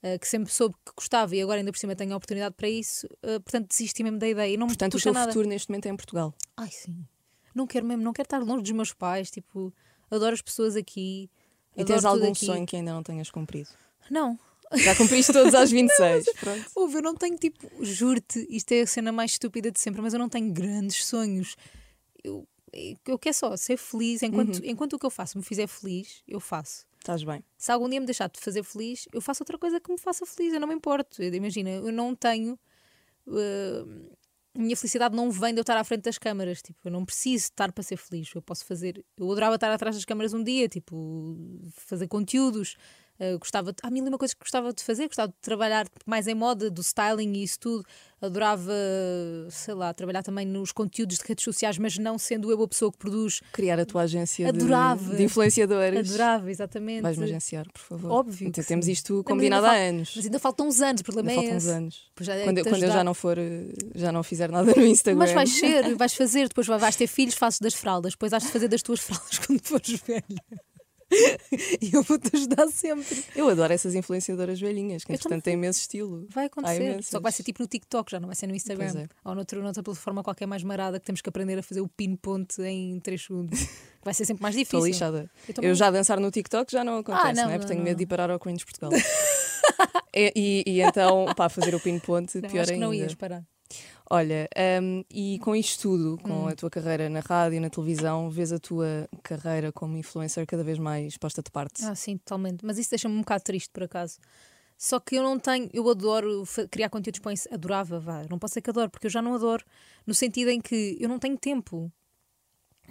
Speaker 2: eh, que sempre soube que gostava e agora ainda por cima tenho a oportunidade para isso, eh, portanto desisti mesmo da ideia e não
Speaker 1: Portanto, o
Speaker 2: me puxa
Speaker 1: teu
Speaker 2: nada.
Speaker 1: futuro neste momento é em Portugal.
Speaker 2: Ai sim, não quero mesmo, não quero estar longe dos meus pais, tipo, adoro as pessoas aqui.
Speaker 1: E
Speaker 2: adoro
Speaker 1: tens
Speaker 2: tudo
Speaker 1: algum
Speaker 2: aqui.
Speaker 1: sonho que ainda não tenhas cumprido?
Speaker 2: Não,
Speaker 1: Já cumpriste todos aos 26. Pronto.
Speaker 2: Ouve, eu não tenho tipo, juro-te, isto é a cena mais estúpida de sempre, mas eu não tenho grandes sonhos. Eu eu quero só ser feliz. Enquanto, enquanto o que eu faço me fizer feliz, eu faço.
Speaker 1: Estás bem.
Speaker 2: Se algum dia me deixar de fazer feliz, eu faço outra coisa que me faça feliz. Eu não me importo. Eu- Imagina, eu não tenho. eh, a minha felicidade não vem de eu estar à frente das câmaras. Tipo, eu não preciso estar para ser feliz. Eu posso fazer. Eu adorava estar atrás das câmaras um dia, tipo, fazer conteúdos. Eh, gostava. Há mil e uma coisas que gostava de fazer. Gostava de trabalhar mais em moda, do styling e isso tudo. Adorava, sei lá, trabalhar também nos conteúdos de redes sociais, mas não sendo eu a pessoa que produz.
Speaker 1: Criar a tua agência
Speaker 2: Adorava.
Speaker 1: de, de influenciadores.
Speaker 2: Adorava, exatamente.
Speaker 1: Vais-me agenciar, por favor.
Speaker 2: Óbvio
Speaker 1: Então,
Speaker 2: que
Speaker 1: temos
Speaker 2: sim.
Speaker 1: isto
Speaker 2: Não,
Speaker 1: combinado há
Speaker 2: mas ainda fal-
Speaker 1: anos.
Speaker 2: Mas ainda faltam uns anos, o problema
Speaker 1: Ainda
Speaker 2: é
Speaker 1: faltam uns
Speaker 2: esse.
Speaker 1: anos.
Speaker 2: Pois já é
Speaker 1: Quando, eu-
Speaker 2: te
Speaker 1: quando eu
Speaker 2: ajudar.
Speaker 1: já não for, eh, já não fizer nada no Instagram.
Speaker 2: Mas vais ser, vais fazer, depois vai- vais ter filhos, fazes das fraldas, depois vais fazer das tuas fraldas quando fores velha. E eu vou-te ajudar sempre.
Speaker 1: Eu adoro essas influenciadoras velhinhas, que
Speaker 2: Eu
Speaker 1: entretanto têm imenso estilo.
Speaker 2: Vai acontecer.
Speaker 1: imensas.
Speaker 2: Só que vai ser tipo no TikTok, já não vai ser no Instagram.
Speaker 1: Pois é.
Speaker 2: Ou noutro, noutra plataforma qualquer mais marada que temos que aprender a fazer o pin-ponte em 3 segundos. Vai ser sempre mais
Speaker 1: Estou
Speaker 2: difícil.
Speaker 1: lixada.
Speaker 2: Eu
Speaker 1: Eu,
Speaker 2: também.
Speaker 1: já dançar no TikTok já não acontece,
Speaker 2: Ah, não,
Speaker 1: não, é?
Speaker 2: não,
Speaker 1: Porque tenho
Speaker 2: não,
Speaker 1: medo de ir
Speaker 2: não.
Speaker 1: parar ao Queens de Portugal. e, e- e então, pá, fazer o pin-ponte,
Speaker 2: Não,
Speaker 1: pior
Speaker 2: acho que
Speaker 1: ainda.
Speaker 2: não ias parar.
Speaker 1: Olha, hum, e com isto tudo,
Speaker 2: Hum.
Speaker 1: com a tua carreira na rádio e na televisão, vês a tua carreira como influencer cada vez mais posta de parte.
Speaker 2: Ah, sim, totalmente. Mas isso deixa-me um bocado triste, por acaso. Só que eu não tenho, eu adoro fa- criar conteúdos para o Insta- Adorava, vá. Não posso dizer que adoro, porque eu já não adoro. No sentido em que eu não tenho tempo.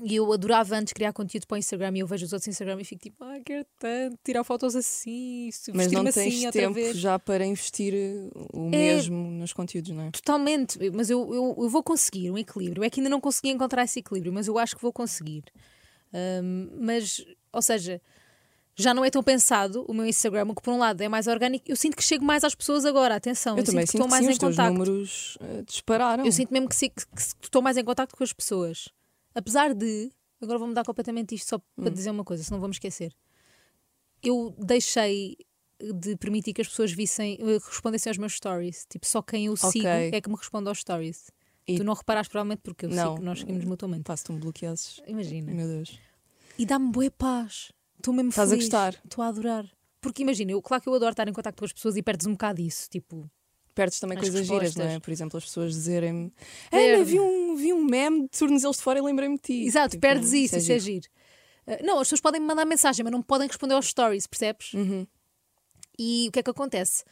Speaker 2: E eu adorava antes criar conteúdo para o Instagram e eu vejo os outros Instagram e fico tipo, ah, quero tanto, tirar fotos assim, se-
Speaker 1: Mas não
Speaker 2: vestir-me
Speaker 1: tens
Speaker 2: assim outra
Speaker 1: tempo
Speaker 2: vez. É.
Speaker 1: já para investir o mesmo nos conteúdos, não é?
Speaker 2: Totalmente, mas eu, eu, eu vou conseguir um equilíbrio. É que ainda não consegui encontrar esse equilíbrio, mas eu acho que vou conseguir. Ahm, mas, ou seja, já não é tão pensado o meu Instagram, o que por um lado é mais orgânico. Eu sinto que chego mais às pessoas agora, atenção.
Speaker 1: Eu também
Speaker 2: sinto que estou mais
Speaker 1: sim,
Speaker 2: em
Speaker 1: os teus
Speaker 2: contacto.
Speaker 1: números eh, dispararam.
Speaker 2: Eu sinto mesmo que, se- que- que estou mais em contacto com as pessoas. Apesar de. Agora vou mudar completamente isto só
Speaker 1: Hum.
Speaker 2: para dizer uma coisa, senão vou-me esquecer. Eu deixei de permitir que as pessoas vissem, eh, respondessem aos meus stories. Tipo, só quem eu
Speaker 1: Ok.
Speaker 2: sigo é que me responde aos stories.
Speaker 1: E-
Speaker 2: Tu não reparaste provavelmente porque eu
Speaker 1: Não.
Speaker 2: sigo, nós seguimos mutuamente.
Speaker 1: Pá, se tu me bloqueasses,
Speaker 2: Imagina.
Speaker 1: meu Deus.
Speaker 2: E dá-me boa paz. Estou mesmo
Speaker 1: Estás a
Speaker 2: feliz.
Speaker 1: gostar?
Speaker 2: Estou a adorar. Porque imagina, eu, claro que eu adoro estar em contacto com as pessoas e perdes um bocado isso. Tipo,
Speaker 1: Perdes também
Speaker 2: As
Speaker 1: coisas giras, não é?
Speaker 2: respostas.
Speaker 1: Por exemplo, as pessoas dizerem-me Ana, vi um, vi um meme de tornozelos de fora e lembrei-me de ti.
Speaker 2: Exato,
Speaker 1: Tipo,
Speaker 2: perdes isso, isso é
Speaker 1: giro.
Speaker 2: giro. Ah, não, as pessoas podem me mandar mensagem, mas não podem responder aos stories, percebes?
Speaker 1: Uhum.
Speaker 2: E o que é que acontece?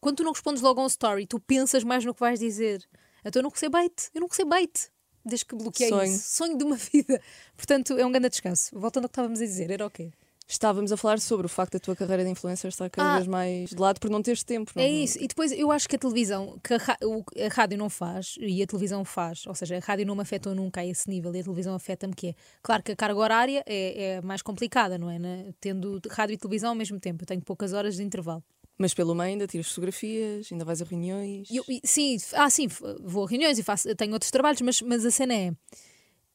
Speaker 2: Quando tu não respondes logo a um story, tu pensas mais no que vais dizer. Então eu não recebo bait, eu não recebo bait. Desde que bloqueei
Speaker 1: Sonho.
Speaker 2: isso. Sonho de uma vida. Portanto, é um grande descanso. Voltando ao que estávamos a dizer, era o quê?
Speaker 1: Estávamos a falar sobre o facto da tua carreira de influencer estar cada
Speaker 2: Ah.
Speaker 1: vez mais de lado por não teres tempo. Não?
Speaker 2: É isso. E depois eu acho que a televisão, que a, ra- o- a rádio não faz e a televisão faz, ou seja, a rádio não me afetou nunca a esse nível e a televisão afeta-me, que é claro que a carga horária é, é mais complicada, não é? né? Tendo rádio e televisão ao mesmo tempo, eu tenho poucas horas de intervalo.
Speaker 1: Mas pelo meio ainda tiras fotografias, ainda vais a reuniões.
Speaker 2: E eu- e- sim, f- ah, sim, f- vou a reuniões e faço, tenho outros trabalhos, mas, mas a cena é: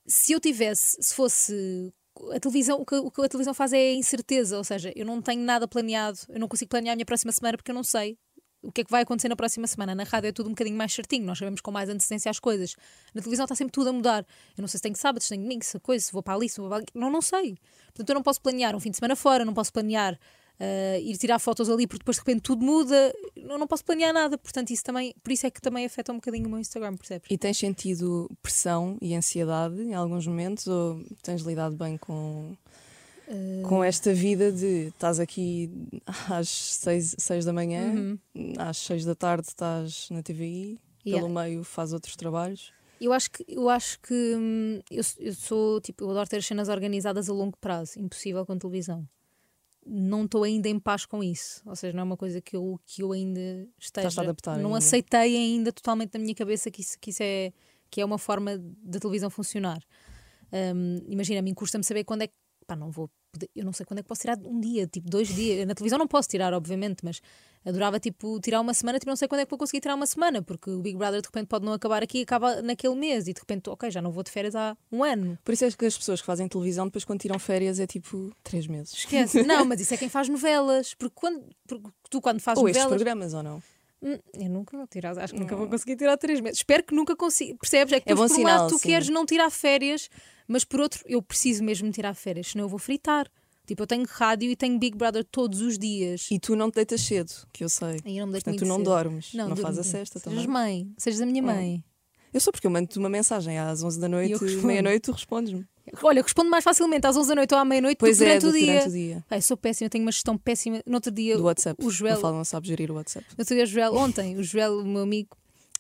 Speaker 2: se eu tivesse, se fosse. A televisão, o que, o que a televisão faz é a incerteza, ou seja, eu não tenho nada planeado, eu não consigo planear a minha próxima semana porque eu não sei o que é que vai acontecer na próxima semana. Na rádio é tudo um bocadinho mais certinho, nós sabemos com mais antecedência as coisas. Na televisão está sempre tudo a mudar. Eu não sei se tenho sábado, se tenho domingo, se coisa, se vou para ali, se vou para ali. Não, não sei. Portanto, eu não posso planear um fim de semana fora, não posso planear ah, ir tirar fotos ali porque depois de repente tudo muda. Eu não posso planear nada. Portanto, isso também, por isso é que também afeta um bocadinho o meu Instagram, percebes?
Speaker 1: E tens sentido pressão e ansiedade em alguns momentos ou tens lidado bem com, com
Speaker 2: Eh,
Speaker 1: esta vida de estás aqui às seis, seis da manhã, às seis da tarde estás na TVI,
Speaker 2: Uhum. Yeah.
Speaker 1: pelo meio faz outros trabalhos.
Speaker 2: Eu acho que eu acho que hum, eu, s- eu sou tipo, eu adoro ter as cenas organizadas a longo prazo, impossível com televisão. Não estou ainda em paz com isso, ou seja, não é uma coisa que eu, que eu ainda esteja
Speaker 1: Estás a adaptar
Speaker 2: Não
Speaker 1: ainda.
Speaker 2: aceitei ainda totalmente na minha cabeça que isso, que isso é que é uma forma da televisão funcionar. Hum, imagina, a mim custa-me saber quando é que. Pá, não vou. poder- eu não sei quando é que posso tirar um dia, tipo dois dias. Na televisão não posso tirar, obviamente, mas adorava, tipo, tirar uma semana, tipo, não sei quando é que vou conseguir tirar uma semana, porque o Big Brother de repente pode não acabar aqui e acaba naquele mês. E de repente, ok, já não vou de férias há um ano.
Speaker 1: Por isso é que as pessoas que fazem televisão depois quando tiram férias é tipo três meses.
Speaker 2: Esquece. não, mas isso é quem faz novelas. Porque, quando, porque tu, quando fazes
Speaker 1: Ou estes
Speaker 2: novelas.
Speaker 1: programas ou não?
Speaker 2: Hum, eu nunca vou tirar, acho que nunca vou conseguir tirar três meses. Espero que nunca consiga. Percebes? É que
Speaker 1: É
Speaker 2: tu,
Speaker 1: bom
Speaker 2: por um
Speaker 1: sinal,
Speaker 2: lado tu
Speaker 1: sim.
Speaker 2: queres não tirar férias, mas por outro, eu preciso mesmo tirar férias, senão eu vou fritar. Tipo, eu tenho rádio e tenho Big Brother todos os dias.
Speaker 1: E tu não te deitas cedo, que eu sei.
Speaker 2: E eu não me
Speaker 1: Portanto,
Speaker 2: deito
Speaker 1: tu
Speaker 2: muito
Speaker 1: não
Speaker 2: cedo.
Speaker 1: dormes, não,
Speaker 2: durmo
Speaker 1: fazes a
Speaker 2: muito.
Speaker 1: cesta
Speaker 2: Sejas
Speaker 1: também.
Speaker 2: mãe, sejas a minha mãe.
Speaker 1: Eu sou porque eu mando-te uma mensagem às 11 da
Speaker 2: E
Speaker 1: noite,
Speaker 2: eu respondo.
Speaker 1: meia-noite, tu respondes-me.
Speaker 2: Olha, respondo mais facilmente às 11 da noite ou à meia-noite do que
Speaker 1: Pois é,
Speaker 2: durante,
Speaker 1: do-
Speaker 2: o dia.
Speaker 1: durante o dia.
Speaker 2: Ai, sou péssima, tenho uma gestão péssima. No outro dia,
Speaker 1: Do WhatsApp.
Speaker 2: o Joel,
Speaker 1: O Paulo não sabe gerir o WhatsApp.
Speaker 2: no outro dia, o Joel, ontem, o Joel, o meu amigo,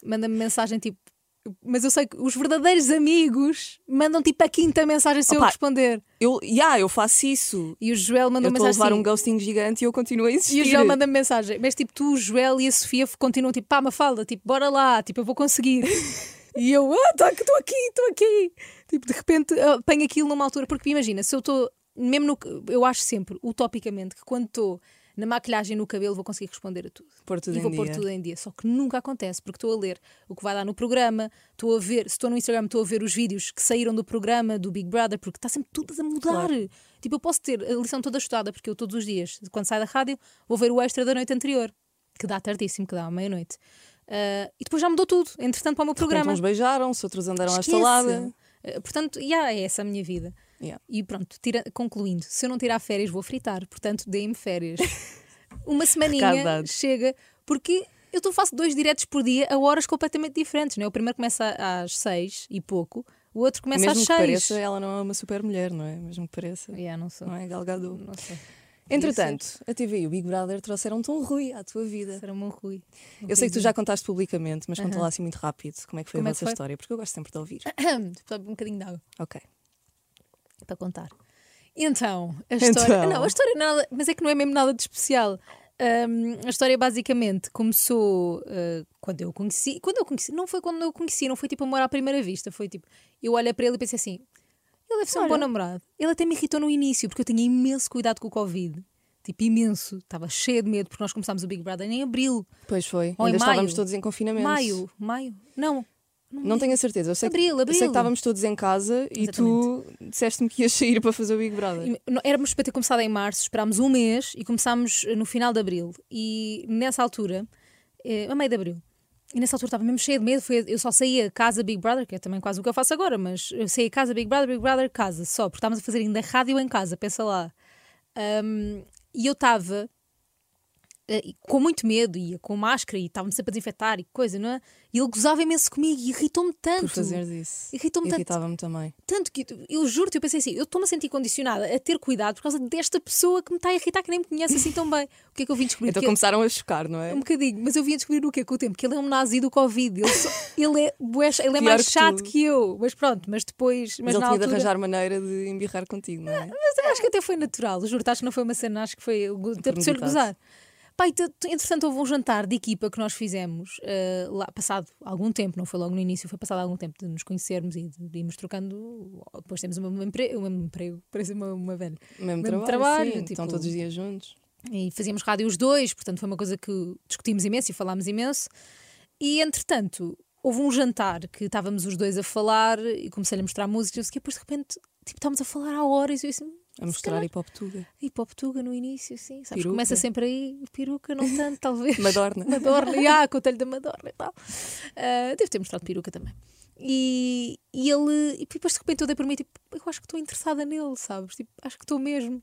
Speaker 2: manda-me mensagem tipo. Mas eu sei que os verdadeiros amigos mandam tipo a quinta mensagem se eu
Speaker 1: Opa.
Speaker 2: responder.
Speaker 1: Eu, yeah, eu faço isso.
Speaker 2: E o Joel
Speaker 1: eu
Speaker 2: mandou
Speaker 1: estou a
Speaker 2: mensagem
Speaker 1: levar
Speaker 2: assim,
Speaker 1: um ghosting gigante e eu continuo a
Speaker 2: E
Speaker 1: insistir.
Speaker 2: o um Joel manda-me mensagem. Mas tipo, tu, o Joel e a Sofia continuam tipo, pá, Mafalda, tipo, bora lá, tipo, eu vou conseguir. e eu, ah, tá, que estou aqui, estou aqui. Tipo, de repente eu apanho aquilo numa altura. Porque imagina, se eu estou, mesmo no. que- Eu acho sempre, utopicamente, que quando estou na maquilhagem no cabelo vou conseguir responder a tudo.
Speaker 1: Pôr tudo
Speaker 2: e
Speaker 1: em
Speaker 2: vou pôr
Speaker 1: dia.
Speaker 2: tudo em dia. Só que nunca acontece, porque estou a ler o que vai dar no programa, estou a ver, se estou no Instagram, estou a ver os vídeos que saíram do programa do Big Brother, porque está sempre tudo a mudar. Tipo, eu posso ter a lição toda estudada, porque eu todos os dias, quando saio da rádio, vou ver o extra da noite anterior, que dá tardíssimo, que dá à meia-noite. Ah, e depois já mudou tudo, entretanto, para o meu
Speaker 1: Portanto,
Speaker 2: programa.
Speaker 1: uns beijaram-se, outros andaram
Speaker 2: Esquece.
Speaker 1: à estalada.
Speaker 2: Ah, Portanto, já é essa a minha vida.
Speaker 1: Yeah.
Speaker 2: E pronto, tira- concluindo, se eu não tirar férias, vou fritar, portanto, deem-me férias. Uma semaninha
Speaker 1: Recado dado.
Speaker 2: chega, porque eu tô- faço dois diretos por dia a horas completamente diferentes, não é? O primeiro começa às seis e pouco, o outro começa
Speaker 1: Mesmo
Speaker 2: às
Speaker 1: que
Speaker 2: seis.
Speaker 1: pareça, ela não é uma super mulher, não é? Mesmo que pareça.
Speaker 2: Yeah, não sou.
Speaker 1: Não é? Galgado.
Speaker 2: Não sei.
Speaker 1: Entretanto, a TV e o Big Brother trouxeram Tom Rui à tua vida.
Speaker 2: Será um Rui.
Speaker 1: Eu sei que tu já contaste publicamente, mas conta
Speaker 2: Aham.
Speaker 1: lá assim muito rápido como é que foi
Speaker 2: Como
Speaker 1: a
Speaker 2: é que
Speaker 1: vossa
Speaker 2: foi?
Speaker 1: história, porque eu gosto sempre de ouvir.
Speaker 2: Só um bocadinho de água.
Speaker 1: Ok.
Speaker 2: para contar. Então, a história.
Speaker 1: Então.
Speaker 2: Não, a história não é nada, mas é que não é mesmo nada de especial. Ahm, a história basicamente começou ah, quando eu o conheci. Quando eu o conheci, não foi quando eu o conheci, não foi tipo amor à primeira vista. Foi tipo, eu olhei para ele e pensei assim: ele deve ser um bom namorado. Ele até me irritou no início, porque eu tinha imenso cuidado com o Covid. Tipo, imenso. Estava cheia de medo, porque nós começámos o Big Brother em abril.
Speaker 1: Pois foi.
Speaker 2: Ou em
Speaker 1: Ainda estávamos
Speaker 2: maio.
Speaker 1: todos em confinamento.
Speaker 2: Maio, maio. Não,
Speaker 1: Não tenho a certeza. Eu sei, que-
Speaker 2: Abril,
Speaker 1: eu sei
Speaker 2: abril.
Speaker 1: que estávamos todos em casa e tu disseste-me que ias sair para fazer o Big Brother.
Speaker 2: E no- Éramos para ter começado em março, esperámos um mês e começámos eh, no final de abril. E nessa altura, eh, a meio de abril, e nessa altura estava mesmo cheia de medo. Foi, eu só saía casa Big Brother, que é também quase o que eu faço agora, mas eu saía casa Big Brother, Big Brother, casa só, porque estávamos a fazer ainda rádio em casa, pensa lá. Ahm, e eu estava eh, e com muito medo, e com máscara, e estávamos sempre a desinfetar e coisa, não é? E ele gozava imenso comigo e irritou-me tanto.
Speaker 1: Por fazeres isso.
Speaker 2: Irritou-me tanto
Speaker 1: Irritava-me também.
Speaker 2: tanto que eu juro-te, eu pensei assim: eu estou-me a sentir condicionada a ter cuidado por causa desta pessoa que me está a irritar, que nem me conhece assim tão bem. O que é que eu vim descobrir?
Speaker 1: Então
Speaker 2: Que
Speaker 1: começaram a chocar, não é?
Speaker 2: ele- Um bocadinho, mas eu vim descobrir o que é com o tempo? Que ele é um nazi do Covid. Ele, só- ele é, bué- ele
Speaker 1: Pior
Speaker 2: é mais
Speaker 1: que
Speaker 2: chato
Speaker 1: tu.
Speaker 2: que eu. Mas pronto, mas depois.
Speaker 1: Mas
Speaker 2: Mas,
Speaker 1: ele
Speaker 2: na
Speaker 1: tinha de
Speaker 2: altura,
Speaker 1: arranjar maneira de embirrar contigo, não é?
Speaker 2: mas acho que até foi natural. Juro-te, acho que não foi uma cena, acho que foi. Apeteceu-lhe
Speaker 1: Premeditado.
Speaker 2: gozar. Pai, entretanto, houve um jantar de equipa que nós fizemos eh, lá, passado algum tempo, não foi logo no início, foi passado algum tempo de nos conhecermos e de, de irmos trocando. Depois temos o mesmo empre- o mesmo emprego, parece uma, uma velha.
Speaker 1: Mesmo,
Speaker 2: Mesmo
Speaker 1: trabalho.
Speaker 2: trabalho,
Speaker 1: sim.
Speaker 2: tipo-
Speaker 1: Estão todos os dias juntos.
Speaker 2: E fazíamos rádio os dois, portanto foi uma coisa que discutimos imenso e falámos imenso. E entretanto, houve um jantar que estávamos os dois a falar e comecei a mostrar músicas, não sei o quê, depois de repente, tipo, estávamos a falar há horas e eu assim,
Speaker 1: A mostrar hipoptuga.
Speaker 2: e para o Portuga no início, sim. Sabes,
Speaker 1: Peruca.
Speaker 2: começa sempre aí, peruca, não tanto, talvez.
Speaker 1: Madorna.
Speaker 2: Madorna, e ah, contelho da Madorna e tal. Ah, devo ter mostrado peruca também. E, e ele, e depois de repente eu dei por mim, tipo, eu acho que estou interessada nele, sabes? Tipo, acho que estou mesmo.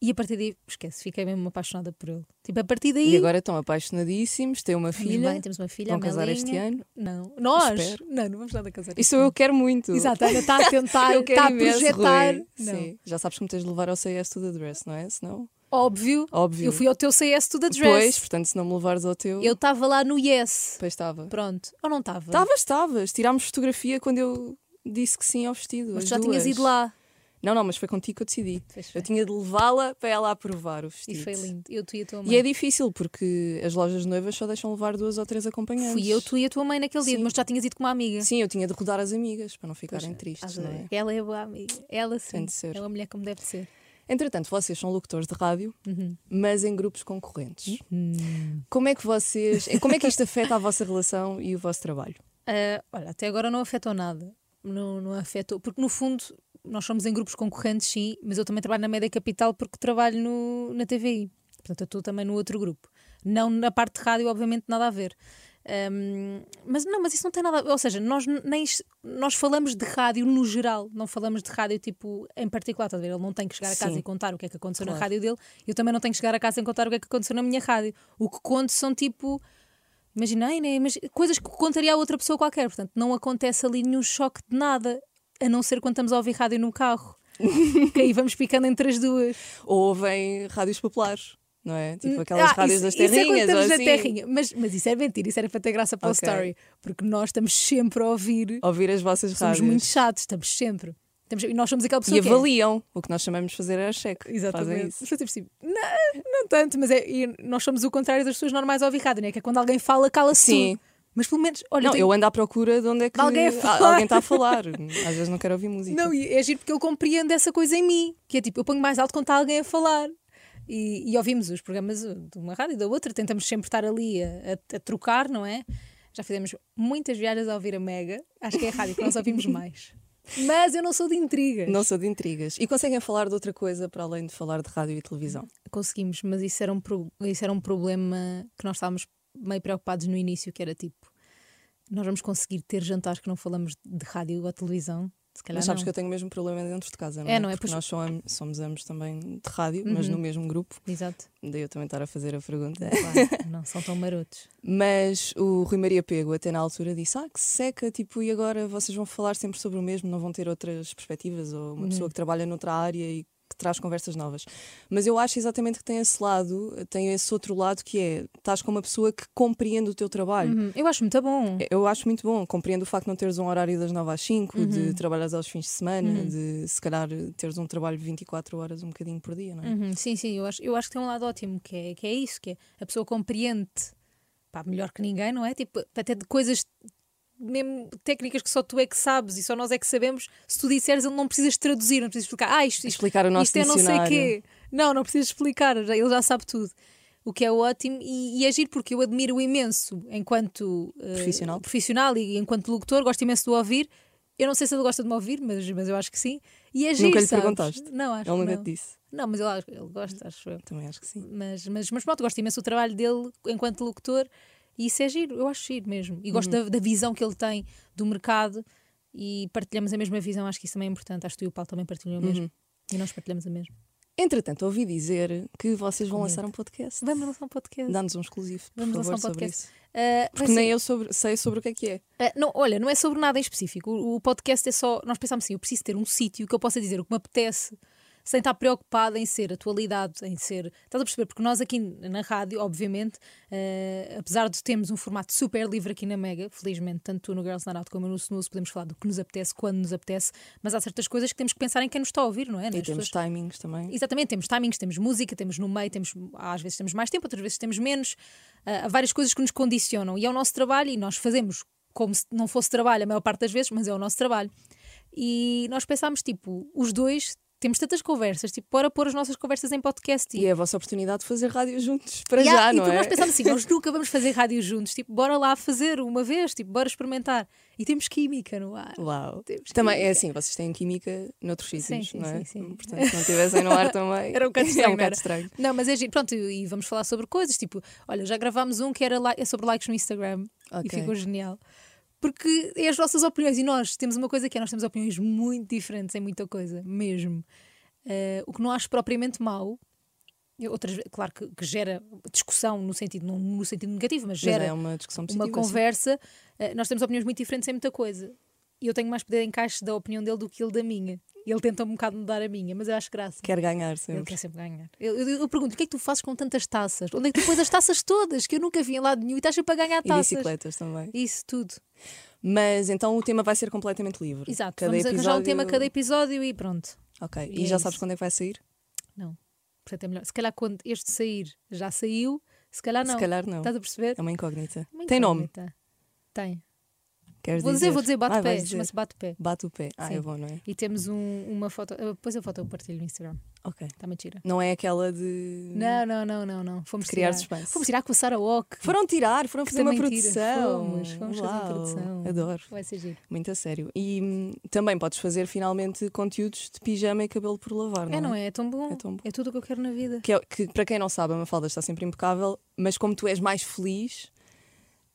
Speaker 2: E a partir daí, esquece, fiquei mesmo apaixonada por ele. Tipo, a partir daí.
Speaker 1: E agora estão apaixonadíssimos, têm uma
Speaker 2: Estamos
Speaker 1: filha.
Speaker 2: bem, temos uma então, filha,
Speaker 1: Vão
Speaker 2: a
Speaker 1: casar
Speaker 2: Melinha.
Speaker 1: este ano.
Speaker 2: Não, nós?
Speaker 1: Espero.
Speaker 2: Não, não vamos nada casar.
Speaker 1: Isso eu quero muito.
Speaker 2: Exato, ela está a tentar,
Speaker 1: Eu quero
Speaker 2: está a
Speaker 1: imenso,
Speaker 2: projetar.
Speaker 1: Rui.
Speaker 2: Não.
Speaker 1: Sim. Já sabes que me tens de levar ao CS tudo address, não é? Senão,
Speaker 2: Óbvio,
Speaker 1: óbvio.
Speaker 2: eu fui ao teu CS tudo a
Speaker 1: Pois,
Speaker 2: dress.
Speaker 1: portanto, se não me levares ao teu,
Speaker 2: Eu estava lá no Yes.
Speaker 1: depois estava.
Speaker 2: Pronto. Ou não estava?
Speaker 1: Estavas, estavas. Tirámos fotografia quando eu disse que sim ao vestido.
Speaker 2: Mas
Speaker 1: as
Speaker 2: já tinhas
Speaker 1: duas.
Speaker 2: ido lá.
Speaker 1: Não, não, mas foi contigo que eu decidi.
Speaker 2: Pois foi.
Speaker 1: Eu tinha de levá-la para ela aprovar o
Speaker 2: E
Speaker 1: vestido.
Speaker 2: foi lindo. Eu, tu e a tua mãe.
Speaker 1: E é difícil porque as lojas de noivas só deixam levar duas ou três acompanhantes.
Speaker 2: Fui eu, tu e a tua mãe naquele dia,
Speaker 1: Sim.
Speaker 2: mas já tinhas ido com uma amiga.
Speaker 1: Sim, eu tinha de rodar as amigas para não
Speaker 2: Pois,
Speaker 1: ficarem tristes,
Speaker 2: estás a
Speaker 1: não
Speaker 2: ver?
Speaker 1: é?
Speaker 2: Ela é boa amiga. Ela sim.
Speaker 1: Tem de ser.
Speaker 2: É uma mulher como deve de ser.
Speaker 1: Entretanto, vocês são locutores de rádio,
Speaker 2: Uhum.
Speaker 1: mas em grupos concorrentes. Como é que vocês. Como é que isto afeta a vossa relação e o vosso trabalho?
Speaker 2: Ah, olha, até agora não afetou nada. Não, não afetou. Porque no fundo, nós somos em grupos concorrentes, sim, mas eu também trabalho na média capital porque trabalho no, na TVI. Portanto, eu estou também no outro grupo. Não na parte de rádio, obviamente, nada a ver. Ahm, mas não, mas isso não tem nada a ver. Ou seja, nós n- nem s- nós falamos de rádio no geral, não falamos de rádio tipo em particular, estás a ver? Ele não tem que chegar a casa
Speaker 1: Sim.
Speaker 2: e contar o que é que aconteceu na
Speaker 1: Claro.
Speaker 2: rádio dele, eu também não tenho que chegar a casa e contar o que é que aconteceu na minha rádio. O que conto são tipo Imaginei, né? Imag- coisas que contaria a outra pessoa qualquer. Portanto, não acontece ali nenhum choque de nada, a não ser quando estamos a ouvir rádio no carro. que aí vamos picando entre as duas.
Speaker 1: Ou ouvem rádios populares, não é? Tipo aquelas
Speaker 2: Ah,
Speaker 1: rádios
Speaker 2: isso-
Speaker 1: das
Speaker 2: isso é quando
Speaker 1: terrinhas ou
Speaker 2: estamos na
Speaker 1: assim.
Speaker 2: terrinha. Mas, mas isso é mentira, isso era para ter graça para
Speaker 1: Ok.
Speaker 2: o story. Porque nós estamos sempre a ouvir.
Speaker 1: Ouvir as vossas
Speaker 2: Somos
Speaker 1: rádios.
Speaker 2: muito chatos, estamos sempre. Estamos, e nós somos aquela pessoa
Speaker 1: E
Speaker 2: que. é-
Speaker 1: avaliam. O que nós chamamos de fazer era cheque. Fazem
Speaker 2: Exatamente.
Speaker 1: isso.
Speaker 2: Foi tipo assim, não, não tanto, mas é, e nós somos o contrário das pessoas normais ao ouvir rádio, né? que é quando alguém fala, cala-se.
Speaker 1: Sim.
Speaker 2: tudo. Mas pelo menos, olha,
Speaker 1: Não,
Speaker 2: tenho-
Speaker 1: eu ando à procura de onde é que
Speaker 2: De alguém a
Speaker 1: a-
Speaker 2: falar.
Speaker 1: alguém está a falar. Às vezes não quero ouvir música.
Speaker 2: Não, e é giro porque eu compreendo essa coisa em mim, que é tipo, eu ponho mais alto quando está alguém a falar. E, e ouvimos os programas uh, de uma rádio e da outra, tentamos sempre estar ali a, a- a trocar, não é? Já fizemos muitas viagens a ouvir a Mega, acho que é a rádio que nós ouvimos mais. Mas eu não sou de intrigas.
Speaker 1: Não sou de intrigas. E conseguem falar de outra coisa para além de falar de rádio e televisão?
Speaker 2: Conseguimos, mas isso era, um pro- isso era um problema que nós estávamos meio preocupados no início, que era tipo, nós vamos conseguir ter jantares que não falamos de rádio ou televisão? Se calhar
Speaker 1: Mas sabes
Speaker 2: não.
Speaker 1: que eu tenho o mesmo problema dentro de casa, não é?
Speaker 2: É, não é? Uhum.
Speaker 1: Porque
Speaker 2: Pois-
Speaker 1: nós só am- somos ambos também de rádio, mas no mesmo grupo.
Speaker 2: Exato.
Speaker 1: Daí eu também estar a fazer a pergunta.
Speaker 2: Claro, não são tão marotos.
Speaker 1: Mas o Rui Maria Pego, até na altura, disse: Ah, que seca, tipo, e agora vocês vão falar sempre sobre o mesmo, não vão ter outras perspectivas, ou uma
Speaker 2: Uhum.
Speaker 1: pessoa que trabalha noutra área e que traz conversas novas. Mas eu acho exatamente que tem esse lado, tem esse outro lado que é: estás com uma pessoa que compreende o teu trabalho.
Speaker 2: Hum, eu acho muito bom.
Speaker 1: Eu acho muito bom, compreendo o facto de não teres um horário das 9 às 5,
Speaker 2: Uhum.
Speaker 1: de trabalhares aos fins de semana, de se calhar teres um trabalho de 24 horas um bocadinho por dia, não é?
Speaker 2: Uhum, sim, sim, eu acho, eu acho que tem um lado ótimo, que é, que é isso, que é a pessoa compreende pá, melhor que ninguém, não é? Tipo, até de coisas mesmo técnicas que só tu é que sabes e só nós é que sabemos, se tu disseres ele não precisas traduzir, não precisas explicar, ah, isto, isto,
Speaker 1: Explicar o nosso
Speaker 2: isto é não sei
Speaker 1: dicionário.
Speaker 2: quê. Não, não precisas explicar, já- ele já sabe tudo. O que é ótimo e, e agir porque eu admiro imenso enquanto eh,
Speaker 1: Profissional.
Speaker 2: profissional e enquanto locutor, gosto imenso de o ouvir. Eu não sei se ele gosta de me ouvir, mas, mas eu acho que sim. E agir,
Speaker 1: Nunca lhe
Speaker 2: sabes?
Speaker 1: perguntaste.
Speaker 2: Não, acho
Speaker 1: Ele
Speaker 2: que
Speaker 1: nunca
Speaker 2: não.
Speaker 1: te disse.
Speaker 2: Não, mas ele, acho- ele gosta, acho eu.
Speaker 1: Também acho que sim.
Speaker 2: Mas, mas, mas pronto, gosto imenso do trabalho dele enquanto locutor e isso é giro, eu acho giro mesmo. E gosto
Speaker 1: Uhum.
Speaker 2: da, da visão que ele tem do mercado e partilhamos a mesma visão, acho que isso também é importante. Acho que tu e o Paulo também partilham a
Speaker 1: Uhum.
Speaker 2: mesma. E nós partilhamos a mesma.
Speaker 1: Entretanto, ouvi dizer que vocês vão lançar um podcast.
Speaker 2: Vamos lançar um podcast.
Speaker 1: Dá-nos um exclusivo, por
Speaker 2: Vamos
Speaker 1: favor,
Speaker 2: lançar um
Speaker 1: sobre
Speaker 2: podcast.
Speaker 1: isso.
Speaker 2: Ah, vai
Speaker 1: Porque
Speaker 2: ser-
Speaker 1: nem eu sobre- sei sobre o que é que é.
Speaker 2: Ah, não, olha, não é sobre nada em específico. O, o podcast é só. Nós pensámos assim: eu preciso ter um sítio que eu possa dizer o que me apetece, sem estar preocupada em ser atualidade, em ser. Estás a perceber? Porque nós aqui na rádio, obviamente, ah, apesar de termos um formato super livre aqui na Mega, felizmente, tanto tu no Girls Night Out como eu no Snooze, podemos falar do que nos apetece, quando nos apetece, mas há certas coisas que temos que pensar em quem nos está a ouvir, não é?
Speaker 1: E
Speaker 2: Nas
Speaker 1: temos
Speaker 2: pessoas-
Speaker 1: timings também.
Speaker 2: Exatamente, temos timings, temos música, temos no meio, temos, às vezes temos mais tempo, outras vezes temos menos. Ah, Há várias coisas que nos condicionam e é o nosso trabalho e nós fazemos como se não fosse trabalho a maior parte das vezes, mas é o nosso trabalho. E nós pensámos, tipo, os dois temos tantas conversas, tipo, bora pôr as nossas conversas em podcast.
Speaker 1: E é a vossa oportunidade de fazer rádio juntos para
Speaker 2: Yeah,
Speaker 1: já,
Speaker 2: e
Speaker 1: não
Speaker 2: porque
Speaker 1: é?
Speaker 2: nós pensámos assim, nós nunca vamos fazer rádio juntos, tipo, bora lá fazer uma vez, tipo, bora experimentar. E temos química no ar.
Speaker 1: Uau.
Speaker 2: Temos que-
Speaker 1: Também é assim, vocês têm química noutros sítios,
Speaker 2: sim,
Speaker 1: não é?
Speaker 2: sim, sim.
Speaker 1: Portanto, se não tivessem no ar também.
Speaker 2: Era um bocado
Speaker 1: é
Speaker 2: estranho.
Speaker 1: um
Speaker 2: não era?
Speaker 1: bocado estranho.
Speaker 2: Não, mas é giro. Pronto, e e vamos falar sobre coisas. Tipo, olha, já gravámos um que era li- é sobre likes no Instagram
Speaker 1: Ok.
Speaker 2: e ficou genial. Porque é as nossas opiniões e nós temos uma coisa que é: nós temos opiniões muito diferentes em muita coisa, mesmo. Eh, o que não acho propriamente mau. Eu- Outras, ve- claro que, que gera discussão no sentido, não no sentido negativo, mas
Speaker 1: Mas
Speaker 2: gera
Speaker 1: é uma discussão positiva.
Speaker 2: uma conversa. eh, nós temos opiniões muito diferentes em muita coisa. E eu tenho mais poder de encaixe da opinião dele do que ele da minha. Ele tenta um bocado mudar a minha, mas eu acho graça.
Speaker 1: Quer ganhar
Speaker 2: Ele
Speaker 1: sempre.
Speaker 2: quer sempre ganhar. Eu, eu- eu pergunto: o que é que tu fazes com tantas taças? Onde é que tu pões as taças todas? Que eu nunca vi em lado nenhum e estás sempre a ganhar
Speaker 1: E
Speaker 2: taças.
Speaker 1: bicicletas também.
Speaker 2: Isso tudo.
Speaker 1: Mas então o tema vai ser completamente livre.
Speaker 2: Exato.
Speaker 1: Cada
Speaker 2: Vamos arranjar um
Speaker 1: episódio-
Speaker 2: tema a cada episódio e pronto.
Speaker 1: Ok.
Speaker 2: E
Speaker 1: E
Speaker 2: é
Speaker 1: já
Speaker 2: isso.
Speaker 1: sabes quando é que vai sair?
Speaker 2: Não. Portanto, é melhor. Se calhar quando este sair já saiu, se calhar não.
Speaker 1: Se calhar não.
Speaker 2: Estás a perceber?
Speaker 1: É uma incógnita.
Speaker 2: Uma
Speaker 1: Tem nome?
Speaker 2: incógnita. Tem.
Speaker 1: Queres
Speaker 2: Vou dizer, vou dizer
Speaker 1: Ah,
Speaker 2: bate-pé.
Speaker 1: vais dizer.
Speaker 2: Chama-se bate-pé.
Speaker 1: Bate o pé. Ah,
Speaker 2: Sim.
Speaker 1: é bom, não é?
Speaker 2: E temos um- uma foto. ah, Depois a foto eu partilho no Instagram.
Speaker 1: Ok.
Speaker 2: Está mentira.
Speaker 1: Não é aquela de.
Speaker 2: Não, não, não, não, não. Fomos
Speaker 1: Criar
Speaker 2: tirar.
Speaker 1: suspense.
Speaker 2: Fomos tirar com a Sara Walk.
Speaker 1: Foram tirar, foram fazer uma
Speaker 2: também tira.
Speaker 1: produção.
Speaker 2: Fomos, fomos fazer uma
Speaker 1: Uau,
Speaker 2: produção.
Speaker 1: Adoro,
Speaker 2: Vai ser giro.
Speaker 1: muito a sério. E hum, também podes fazer finalmente conteúdos de pijama e cabelo por lavar, não é?
Speaker 2: É, não é? É tão bom.
Speaker 1: É tão bom.
Speaker 2: É tudo o que eu quero na vida.
Speaker 1: Que, é- que, para quem não sabe, a Mafalda está sempre impecável, mas como tu és mais feliz,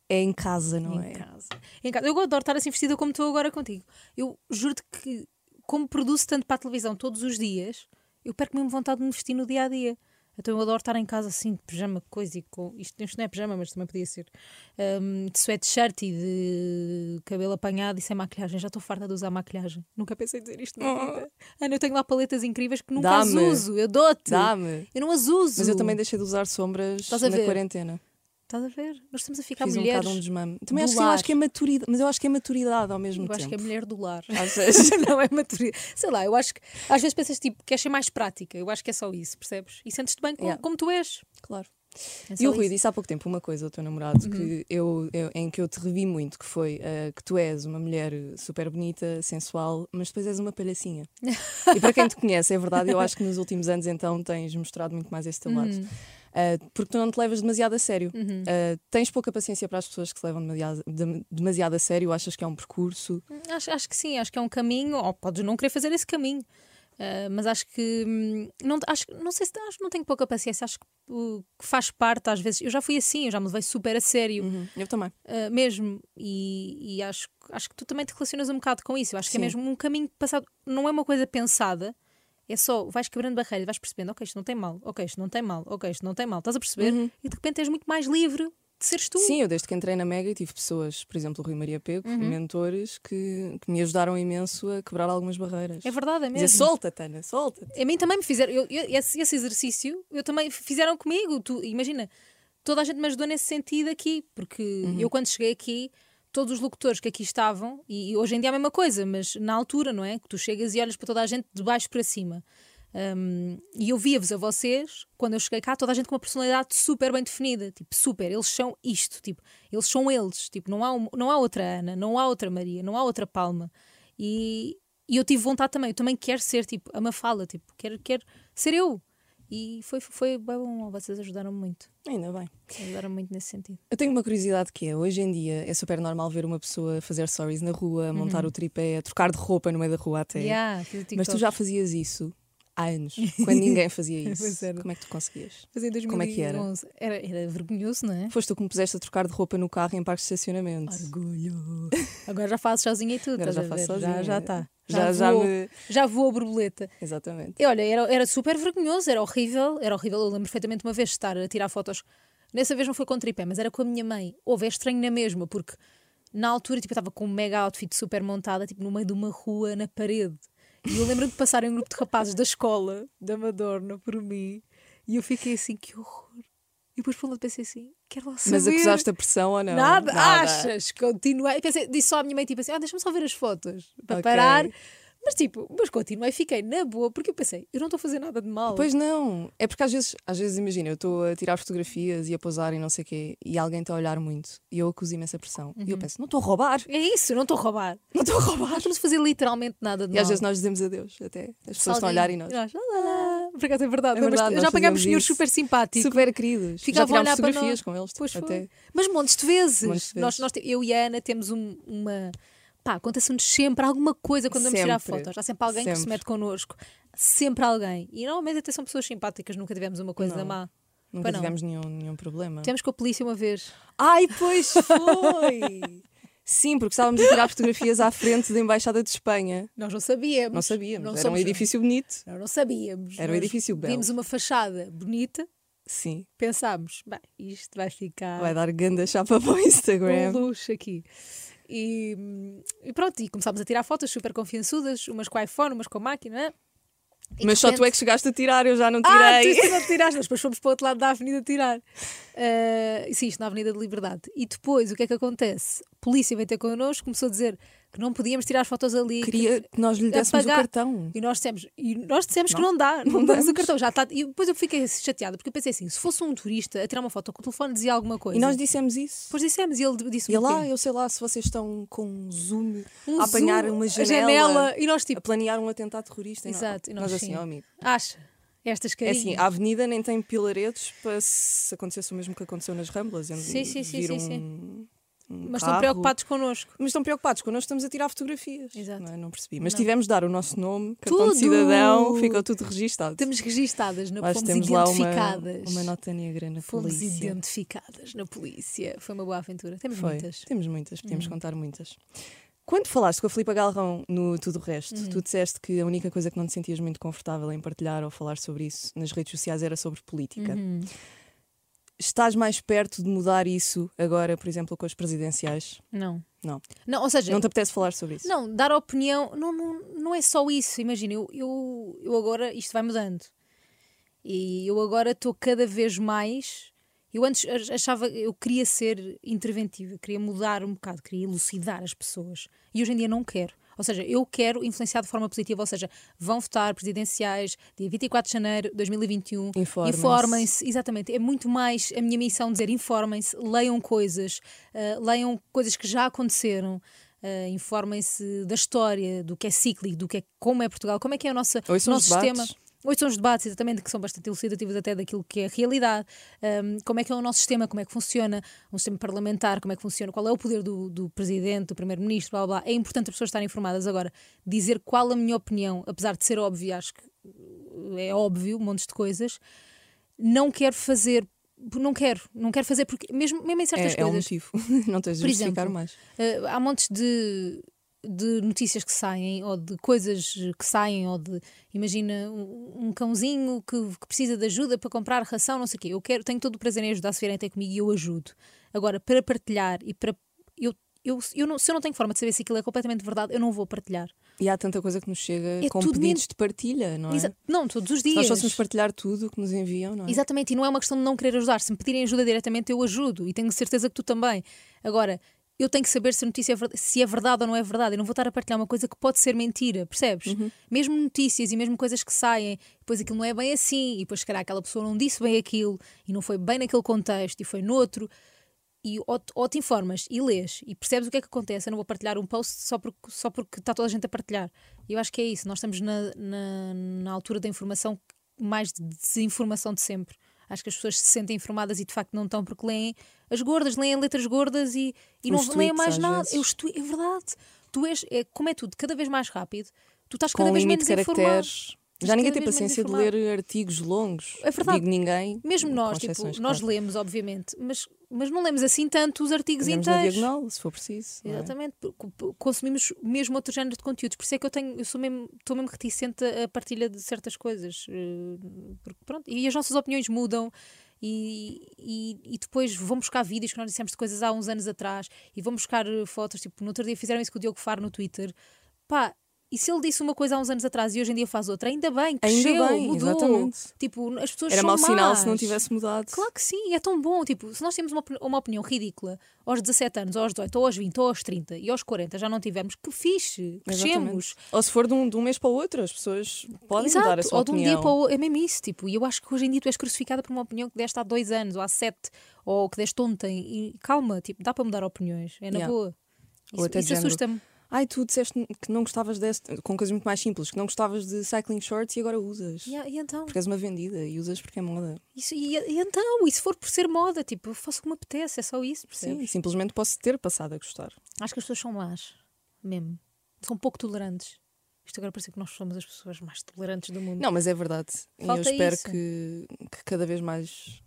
Speaker 1: é em casa, não
Speaker 2: em
Speaker 1: é?
Speaker 2: Casa. Em casa. Eu adoro estar assim vestida como estou agora contigo. Eu juro-te que, como produzo tanto para a televisão todos os dias, eu perco mesmo vontade de me vestir no dia a dia. Então eu adoro estar em casa assim, de pijama, coisa e com. Isto, isto não é pijama, mas também podia ser. Ahm, de sweatshirt e de cabelo apanhado e sem maquilhagem. Já estou farta de usar maquilhagem. Nunca pensei dizer isto na vida. Ana, eu tenho lá paletas incríveis que nunca as
Speaker 1: Oh. Dá-me.
Speaker 2: uso. Eu dou-te.
Speaker 1: Dá-me.
Speaker 2: Eu não as uso.
Speaker 1: Mas eu também deixei de usar sombras
Speaker 2: Estás a
Speaker 1: na
Speaker 2: ver?
Speaker 1: quarentena.
Speaker 2: Estás a ver? Nós estamos a ficar
Speaker 1: Fiz um
Speaker 2: mulheres.
Speaker 1: bocado um desmame. Também
Speaker 2: do
Speaker 1: acho que, eu
Speaker 2: lar.
Speaker 1: acho que é maturidade, mas eu acho que é maturidade ao mesmo
Speaker 2: Eu acho que
Speaker 1: tempo.
Speaker 2: é mulher do lar.
Speaker 1: Achas?
Speaker 2: não é maturidade. Sei lá, eu acho que às vezes pensas tipo, queres ser mais prática. Eu acho que é só isso, percebes? E sentes-te bem com-
Speaker 1: Yeah.
Speaker 2: como tu és.
Speaker 1: Claro.
Speaker 2: É só
Speaker 1: E o Rui
Speaker 2: isso. Uhum.
Speaker 1: disse há pouco tempo uma coisa ao teu namorado que eu, eu- em que eu te revi muito, que foi ah, que tu és uma mulher super bonita, sensual, mas depois és uma palhacinha. e para quem te conhece, é verdade, eu acho que nos últimos anos então tens mostrado muito mais este teu lado.
Speaker 2: Uhum.
Speaker 1: Ah, porque tu não te levas demasiado a sério. Ah, tens pouca paciência para as pessoas que se levam demasiado, dem- demasiado a sério, achas que é um percurso.
Speaker 2: Acho, acho que sim, acho que é um caminho, ou podes não querer fazer esse caminho. Ah, mas acho que hum, não, acho, que- não sei se acho, que não tenho pouca paciência, acho que, uh, que faz parte às vezes. Eu já fui assim, eu já me levei super a sério
Speaker 1: Eu também.
Speaker 2: ah, mesmo, e, e acho, que- acho que tu também te relacionas um bocado com isso. Eu acho que
Speaker 1: Sim.
Speaker 2: é mesmo um caminho passado, não é uma coisa pensada, é só vais quebrando barreiras, vais percebendo, ok, isto não tem mal, ok, isto não tem mal, ok, isto não tem mal, estás a perceber? E de repente és muito mais livre de seres tu.
Speaker 1: Uhum. Sim, eu desde que entrei na Mega tive pessoas, por exemplo, o Rui Maria Pego,
Speaker 2: Uhum.
Speaker 1: mentores, que, que me ajudaram imenso a quebrar algumas barreiras.
Speaker 2: É verdade, é mesmo.
Speaker 1: Dizer, solta-te, Ana, solta-te.
Speaker 2: A mim também me fizeram. eu- eu- esse, esse exercício eu também fizeram comigo. Tu, imagina, toda a gente me ajudou nesse sentido aqui, porque eu quando cheguei aqui, todos os locutores que aqui estavam, e, e hoje em dia é a mesma coisa, mas na altura, não é? Que tu chegas e olhas para toda a gente de baixo para cima. Hum, e eu via-vos a vocês, quando eu cheguei cá, toda a gente com uma personalidade super bem definida, tipo, super, eles são isto, tipo, eles são eles, tipo, não há, um- não há outra Ana, não há outra Maria, não há outra Palma. E, e eu tive vontade também, eu também quero ser, tipo, a Mafala, tipo, quero, quero ser eu. E foi, foi bem bom, vocês ajudaram-me muito,
Speaker 1: Ainda bem.
Speaker 2: ajudaram-me muito nesse sentido.
Speaker 1: Eu tenho uma curiosidade que é, hoje em dia é super normal ver uma pessoa fazer stories na rua, montar o tripé, trocar de roupa no meio da rua até.
Speaker 2: Uhum. Yeah, fiz o TikTok.
Speaker 1: Mas tu já fazias isso há anos, quando ninguém fazia
Speaker 2: Pois
Speaker 1: isso.
Speaker 2: era.
Speaker 1: Como é que tu conseguias?
Speaker 2: Mas em
Speaker 1: Como é que era?
Speaker 2: 2011, era? era vergonhoso, não é?
Speaker 1: Foste tu que me puseste a trocar de roupa no carro em parques de estacionamento.
Speaker 2: Orgulho. Agora já faço sozinha e tudo.
Speaker 1: Agora
Speaker 2: estás
Speaker 1: já
Speaker 2: a
Speaker 1: faço
Speaker 2: ver?
Speaker 1: sozinha.
Speaker 2: Já, tá. já está.
Speaker 1: Já- já
Speaker 2: voou,
Speaker 1: me-
Speaker 2: já voou a borboleta.
Speaker 1: Exatamente.
Speaker 2: E olha, era, era super vergonhoso, era horrível, era horrível. Eu lembro perfeitamente uma vez de estar a tirar fotos. Nessa vez não foi com tripé, mas era com a minha mãe. Houve, é estranho na mesma, porque na altura tipo, eu estava com um mega outfit super montada, tipo no meio de uma rua, na parede. E eu lembro de passar um grupo de rapazes da escola, da Madonna, por mim, e eu fiquei assim, que horror. E depois, por um lado, pensei assim, quero lá saber.
Speaker 1: Mas acusaste a pressão ou não?
Speaker 2: Nada, achas? Continuei. Pensei, disse só à minha mãe, tipo assim, ah, deixa-me só ver as fotos para
Speaker 1: Ok.
Speaker 2: parar. Mas tipo, mas continuei, fiquei na boa, porque eu pensei, eu não estou a fazer nada de mal.
Speaker 1: Pois não. É porque às vezes, às vezes imagina, eu estou a tirar fotografias e a posar e não sei o quê, e alguém está a olhar muito, e eu acuso imensa pressão. E
Speaker 2: Uhum.
Speaker 1: eu penso, não estou a roubar,
Speaker 2: É isso, eu não estou a roubar.
Speaker 1: não estou a roubar.
Speaker 2: Não estamos a fazer literalmente nada de
Speaker 1: E
Speaker 2: mal.
Speaker 1: às vezes nós dizemos adeus, até. As pessoas estão a olhar e nós.
Speaker 2: Olá. Por acaso é verdade.
Speaker 1: É verdade,
Speaker 2: lembras-te? Eu
Speaker 1: nós
Speaker 2: já apanhámos
Speaker 1: fazemos
Speaker 2: senhores
Speaker 1: isso.
Speaker 2: super simpáticos.
Speaker 1: Super queridos.
Speaker 2: Ficava
Speaker 1: Já
Speaker 2: tipo, a
Speaker 1: tirámos
Speaker 2: olhar para
Speaker 1: fotografias
Speaker 2: nós.
Speaker 1: com eles.
Speaker 2: Pois foi.
Speaker 1: até.
Speaker 2: Mas montes de vezes.
Speaker 1: Montes de
Speaker 2: Nós,
Speaker 1: vezes.
Speaker 2: nós te- eu e a Ana temos um- uma. Pá, acontece-nos sempre alguma coisa quando vamos tirar
Speaker 1: Sempre.
Speaker 2: fotos. Há sempre alguém que se
Speaker 1: Sempre.
Speaker 2: mete connosco. Sempre alguém. E normalmente até são pessoas simpáticas, nunca tivemos uma coisa
Speaker 1: Não.
Speaker 2: má.
Speaker 1: Nunca
Speaker 2: Pois não.
Speaker 1: tivemos nenhum, nenhum problema.
Speaker 2: Tivemos com a polícia uma vez.
Speaker 1: Ai, pois foi! Sim, porque estávamos a tirar fotografias à frente da Embaixada de Espanha.
Speaker 2: Nós não sabíamos.
Speaker 1: Não sabíamos.
Speaker 2: Não
Speaker 1: Era um
Speaker 2: somos-
Speaker 1: edifício bonito.
Speaker 2: Nós não sabíamos.
Speaker 1: Era um
Speaker 2: Nós
Speaker 1: edifício belo.
Speaker 2: Vimos uma fachada bonita,
Speaker 1: Sim.
Speaker 2: pensámos, bem, isto vai ficar
Speaker 1: Vai dar ganda chapa para o
Speaker 2: um
Speaker 1: Instagram.
Speaker 2: luxo aqui. E, e pronto, e começámos a tirar fotos super confiançudas, umas com iPhone, umas com máquina. E de
Speaker 1: Mas só tu é
Speaker 2: repente-
Speaker 1: que chegaste a tirar, eu já não
Speaker 2: Ah, tu
Speaker 1: tirei.
Speaker 2: isso não tiraste, nós depois fomos para o outro lado da Avenida tirar. Ah, sim, isto na Avenida de Liberdade. E depois, o que é que acontece? A polícia veio ter connosco, começou a dizer que não podíamos tirar as fotos ali. que-
Speaker 1: Queria que nós lhe dessemos o
Speaker 2: apagar.
Speaker 1: cartão.
Speaker 2: E nós dissemos, e nós dissemos que não dá, não, damos o cartão. Já está. E depois eu fiquei chateada, porque eu pensei assim: se fosse um turista a tirar uma foto com o telefone, dizia alguma coisa.
Speaker 1: E nós dissemos isso.
Speaker 2: depois dissemos, e ele disse
Speaker 1: E
Speaker 2: o
Speaker 1: lá,
Speaker 2: quê?
Speaker 1: eu sei lá se vocês estão com um zoom
Speaker 2: Um
Speaker 1: a apanhar
Speaker 2: zoom,
Speaker 1: uma
Speaker 2: a
Speaker 1: janela,
Speaker 2: E nós tipo,
Speaker 1: a planear um atentado terrorista. E não-
Speaker 2: Exato, e nós
Speaker 1: Nós assim,
Speaker 2: sim.
Speaker 1: ó amigo.
Speaker 2: acha, estas
Speaker 1: É
Speaker 2: carinhas.
Speaker 1: assim, a avenida nem tem pilaretes para se acontecesse o mesmo que aconteceu nas Ramblas. onde
Speaker 2: Sim, sim, sim,
Speaker 1: vira
Speaker 2: sim, sim.
Speaker 1: um- um
Speaker 2: mas estão
Speaker 1: carro.
Speaker 2: preocupados connosco.
Speaker 1: Mas estão preocupados, connosco estamos a tirar fotografias.
Speaker 2: Exato.
Speaker 1: Não, é? Não percebi. Mas tivemos de dar o nosso nome, cartão
Speaker 2: Tudo!
Speaker 1: de cidadão, ficou tudo registado.
Speaker 2: Estamos registadas, não
Speaker 1: Acho
Speaker 2: fomos
Speaker 1: que temos lá uma,
Speaker 2: identificadas.
Speaker 1: uma nota negra na
Speaker 2: Fomos
Speaker 1: polícia.
Speaker 2: identificadas na polícia. Foi uma boa aventura. Temos
Speaker 1: Foi.
Speaker 2: muitas. Hum.
Speaker 1: Temos muitas, podemos contar muitas. Quando falaste com a Filipa Galrão no Tudo o Resto,
Speaker 2: Hum.
Speaker 1: tu disseste que a única coisa que não te sentias muito confortável em partilhar ou falar sobre isso nas redes sociais era sobre política.
Speaker 2: Uhum.
Speaker 1: Estás mais perto de mudar isso agora, por exemplo, com as presidenciais?
Speaker 2: Não.
Speaker 1: Não.
Speaker 2: Não, ou seja,
Speaker 1: Não te apetece falar sobre isso?
Speaker 2: Não, dar opinião não, não, não é só isso. Imagina, eu, eu, eu agora isto vai mudando. E eu agora estou cada vez mais. Eu antes ach- achava, eu queria ser interventiva, queria mudar um bocado, queria elucidar as pessoas. E hoje em dia não quero. Ou seja, eu quero influenciar de forma positiva, ou seja, vão votar presidenciais dia 24 de janeiro de 2021.
Speaker 1: Informem-se.
Speaker 2: Informem-se, exatamente. É muito mais a minha missão dizer informem-se, leiam coisas, ah, leiam coisas que já aconteceram, ah, informem-se da história, do que é cíclico, do que é, como é Portugal, como é que é o nosso,
Speaker 1: Ouçam
Speaker 2: o
Speaker 1: os
Speaker 2: nosso
Speaker 1: debates.
Speaker 2: sistema. Hoje são os debates, exatamente, que são bastante elucidativos até daquilo que é a realidade. Ahm, como é que é o nosso sistema, como é que funciona, um sistema parlamentar, como é que funciona, qual é o poder do, do presidente, do primeiro-ministro, blá, blá blá. É importante as pessoas estarem informadas agora. Dizer qual a minha opinião, apesar de ser óbvio, e acho que é óbvio, um monte de coisas, não quero fazer, não quero, não quero fazer, porque mesmo, mesmo em certas
Speaker 1: É, é um
Speaker 2: coisas.
Speaker 1: motivo. não tens de
Speaker 2: Por
Speaker 1: justificar
Speaker 2: exemplo,
Speaker 1: mais.
Speaker 2: Eh, há montes de, de notícias que saem, ou de coisas que saem, ou de. Imagina um, um cãozinho que, que precisa de ajuda para comprar ração, não sei o quê. Eu quero, tenho todo o prazer em ajudar, se vierem até comigo, e eu ajudo. Agora, para partilhar e para. Eu, eu, eu não, se eu não tenho forma de saber se aquilo é completamente verdade, eu não vou partilhar.
Speaker 1: E há tanta coisa que nos chega
Speaker 2: É
Speaker 1: com
Speaker 2: tudo
Speaker 1: pedidos
Speaker 2: menos-
Speaker 1: de partilha, não é?
Speaker 2: Exa- Não, todos os
Speaker 1: Se
Speaker 2: dias.
Speaker 1: nós fôssemos partilhar tudo o que nos enviam, não é?
Speaker 2: Exatamente, e não é uma questão de não querer ajudar. Se me pedirem ajuda diretamente, eu ajudo e tenho certeza que tu também. Agora, eu tenho que saber se a notícia é verdade, se é verdade ou não é verdade. Eu não vou estar a partilhar uma coisa que pode ser mentira, percebes?
Speaker 1: Uhum.
Speaker 2: Mesmo notícias e mesmo coisas que saem, depois aquilo não é bem assim, e depois, se calhar, aquela pessoa não disse bem aquilo e não foi bem naquele contexto e foi noutro. E ou, te- ou te informas e lês e percebes o que é que acontece. Eu não vou partilhar um post só porque, só porque está toda a gente a partilhar. E Eu acho que é isso. Nós estamos na, na, na altura da informação mais de desinformação de sempre. Acho que as pessoas se sentem informadas e de facto não estão porque leem as gordas, leem letras gordas e, e não
Speaker 1: Os
Speaker 2: leem
Speaker 1: tweets,
Speaker 2: mais
Speaker 1: às
Speaker 2: nada.
Speaker 1: vezes.
Speaker 2: Eu estou- é verdade. Tu és, é, como é tudo, cada vez mais rápido, tu estás
Speaker 1: com
Speaker 2: cada
Speaker 1: um
Speaker 2: vez
Speaker 1: limite
Speaker 2: menos
Speaker 1: de
Speaker 2: informado.
Speaker 1: caracteres.
Speaker 2: Mas
Speaker 1: Já ninguém tem
Speaker 2: cada vez menos
Speaker 1: paciência de
Speaker 2: informado.
Speaker 1: ler artigos longos.
Speaker 2: É verdade.
Speaker 1: Digo ninguém.
Speaker 2: Mesmo
Speaker 1: com
Speaker 2: nós, tipo,
Speaker 1: exceções,
Speaker 2: nós
Speaker 1: claro.
Speaker 2: lemos, obviamente, mas, mas não lemos assim tanto os artigos
Speaker 1: Fazemos na
Speaker 2: inteiros.
Speaker 1: diagonal, se for preciso. não é?
Speaker 2: Exatamente, porque co- consumimos mesmo outro género de conteúdos, por isso é que eu tenho, eu sou mesmo, estou mesmo reticente a a partilha de certas coisas, eh, porque pronto, e as nossas opiniões mudam e, e, e depois vão buscar vídeos que nós dissemos de coisas há uns anos atrás e vão buscar eh, fotos, tipo, no outro dia fizeram isso com o Diogo Faro no Twitter, pá, e se ele disse uma coisa há uns anos atrás e hoje em dia faz outra, ainda
Speaker 1: Ainda
Speaker 2: bem, cresceu,
Speaker 1: bem,
Speaker 2: mudou,
Speaker 1: exatamente.
Speaker 2: tipo, as pessoas
Speaker 1: Era
Speaker 2: são
Speaker 1: mau sinal se não
Speaker 2: más.
Speaker 1: tivesse mudado.
Speaker 2: Claro que sim, e é tão bom. Tipo, se nós temos uma, opini- uma opinião ridícula aos 17 anos, ou aos 18, ou aos 20, ou aos 30 e aos 40 já não tivermos, que fixe, crescemos.
Speaker 1: Exatamente. Ou se for de um, de um mês para o outro, as pessoas podem
Speaker 2: Exato,
Speaker 1: mudar a sua
Speaker 2: ou de um
Speaker 1: opinião.
Speaker 2: dia para o outro, é mesmo isso. Tipo, e eu acho que hoje em dia tu és crucificada por uma opinião que deste há dois anos, ou há sete, ou que deste ontem. E calma, tipo, dá para mudar opiniões, é na
Speaker 1: Yeah.
Speaker 2: boa.
Speaker 1: Ou
Speaker 2: Isso,
Speaker 1: até de
Speaker 2: isso
Speaker 1: género.
Speaker 2: assusta-me.
Speaker 1: Ai, tu disseste que não gostavas deste, com coisas muito mais simples, que não gostavas de cycling shorts e agora usas.
Speaker 2: Yeah, e então?
Speaker 1: Porque és uma vendida e usas porque é moda.
Speaker 2: Isso, e, e então? E se for por ser moda, tipo, eu faço o que me apetece, é só isso, percebes?
Speaker 1: Sim, simplesmente posso ter passado a gostar.
Speaker 2: Acho que as pessoas são más, mesmo. São pouco tolerantes. Isto agora parece que nós somos as pessoas mais tolerantes do mundo.
Speaker 1: Não, mas é verdade. e eu
Speaker 2: Falta
Speaker 1: espero
Speaker 2: isso.
Speaker 1: que, que cada vez mais.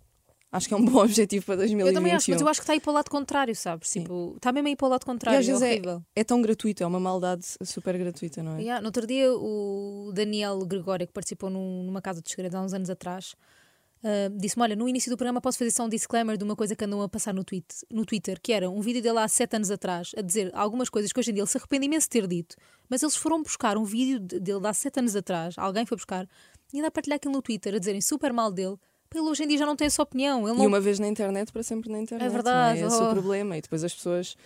Speaker 1: Acho que é um bom objetivo para 2021.
Speaker 2: eu também acho, mas eu acho que está aí para o lado contrário, sabes? Tipo, está mesmo aí para o lado
Speaker 1: e
Speaker 2: contrário,
Speaker 1: às vezes
Speaker 2: é
Speaker 1: é,
Speaker 2: horrível.
Speaker 1: é tão gratuito, é uma maldade super gratuita, não é?
Speaker 2: Yeah, No outro dia, o Daniel Gregório, que participou num- numa casa dos segredos há uns anos atrás, ah, disse-me: Olha, no início do programa posso fazer só um disclaimer de uma coisa que andam a passar no, tweet, no Twitter, que era um vídeo dele há sete anos atrás, a dizer algumas coisas que hoje em dia ele se arrepende imenso de ter dito, mas eles foram buscar um vídeo de- dele de há sete anos atrás, alguém foi buscar, e ainda a partilhar aquilo no Twitter, a dizerem super mal dele, para ele hoje em dia já não tem essa opinião. Ele
Speaker 1: E
Speaker 2: não...
Speaker 1: uma vez na internet, para sempre na internet. não
Speaker 2: verdade,
Speaker 1: É esse o
Speaker 2: oh.
Speaker 1: problema. E depois as pessoas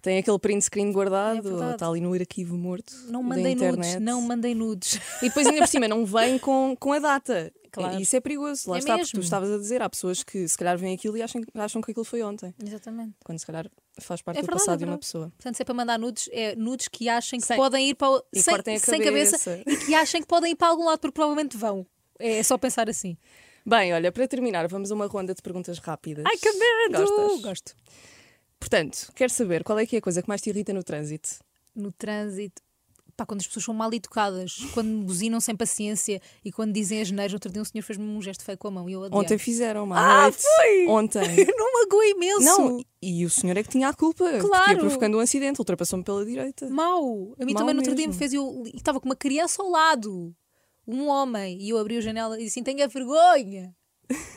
Speaker 1: têm aquele print screen guardado,
Speaker 2: É
Speaker 1: ou
Speaker 2: verdade.
Speaker 1: está ali no arquivo morto.
Speaker 2: Não
Speaker 1: da
Speaker 2: mandem nudes,
Speaker 1: internet.
Speaker 2: não mandem nudes.
Speaker 1: E depois, ainda por cima, não vem com, com a data.
Speaker 2: Claro.
Speaker 1: E Isso é perigoso. Lá
Speaker 2: É
Speaker 1: está, porque
Speaker 2: mesmo.
Speaker 1: tu estavas a dizer. Há pessoas que se calhar veem aquilo e acham, acham que aquilo foi ontem.
Speaker 2: Exatamente.
Speaker 1: Quando se calhar faz parte
Speaker 2: É
Speaker 1: do
Speaker 2: verdade,
Speaker 1: passado
Speaker 2: é
Speaker 1: de uma
Speaker 2: verdade.
Speaker 1: pessoa.
Speaker 2: Portanto, se é para mandar nudes, é nudes que achem que
Speaker 1: Sem-
Speaker 2: podem ir para o-
Speaker 1: E
Speaker 2: sem,
Speaker 1: cortem a
Speaker 2: sem cabeça.
Speaker 1: cabeça.
Speaker 2: e que achem que podem ir para algum lado, porque provavelmente vão. É só pensar assim.
Speaker 1: Bem, olha, para terminar, vamos a uma ronda de perguntas rápidas.
Speaker 2: Ai, que medo!
Speaker 1: Gostas?
Speaker 2: Gosto.
Speaker 1: Portanto, quero saber qual é que é a coisa que mais te irrita no trânsito?
Speaker 2: No trânsito, pá, quando as pessoas são mal educadas, quando buzinam sem paciência e quando dizem as neiras, outro dia um senhor fez-me um gesto feio com a mão e eu odiei.
Speaker 1: Ontem fizeram uma
Speaker 2: Ah,
Speaker 1: noite.
Speaker 2: foi!
Speaker 1: Ontem.
Speaker 2: não magoou imenso.
Speaker 1: Não, e o senhor é que tinha a culpa. porque
Speaker 2: Claro.
Speaker 1: Ia provocando um acidente, ultrapassou-me pela direita.
Speaker 2: Mau. A mim
Speaker 1: Mau
Speaker 2: também no outro dia me
Speaker 1: mesmo.
Speaker 2: fez e eu e estava com uma criança ao lado. Um homem. E eu abri a janela e disse assim: tenha vergonha.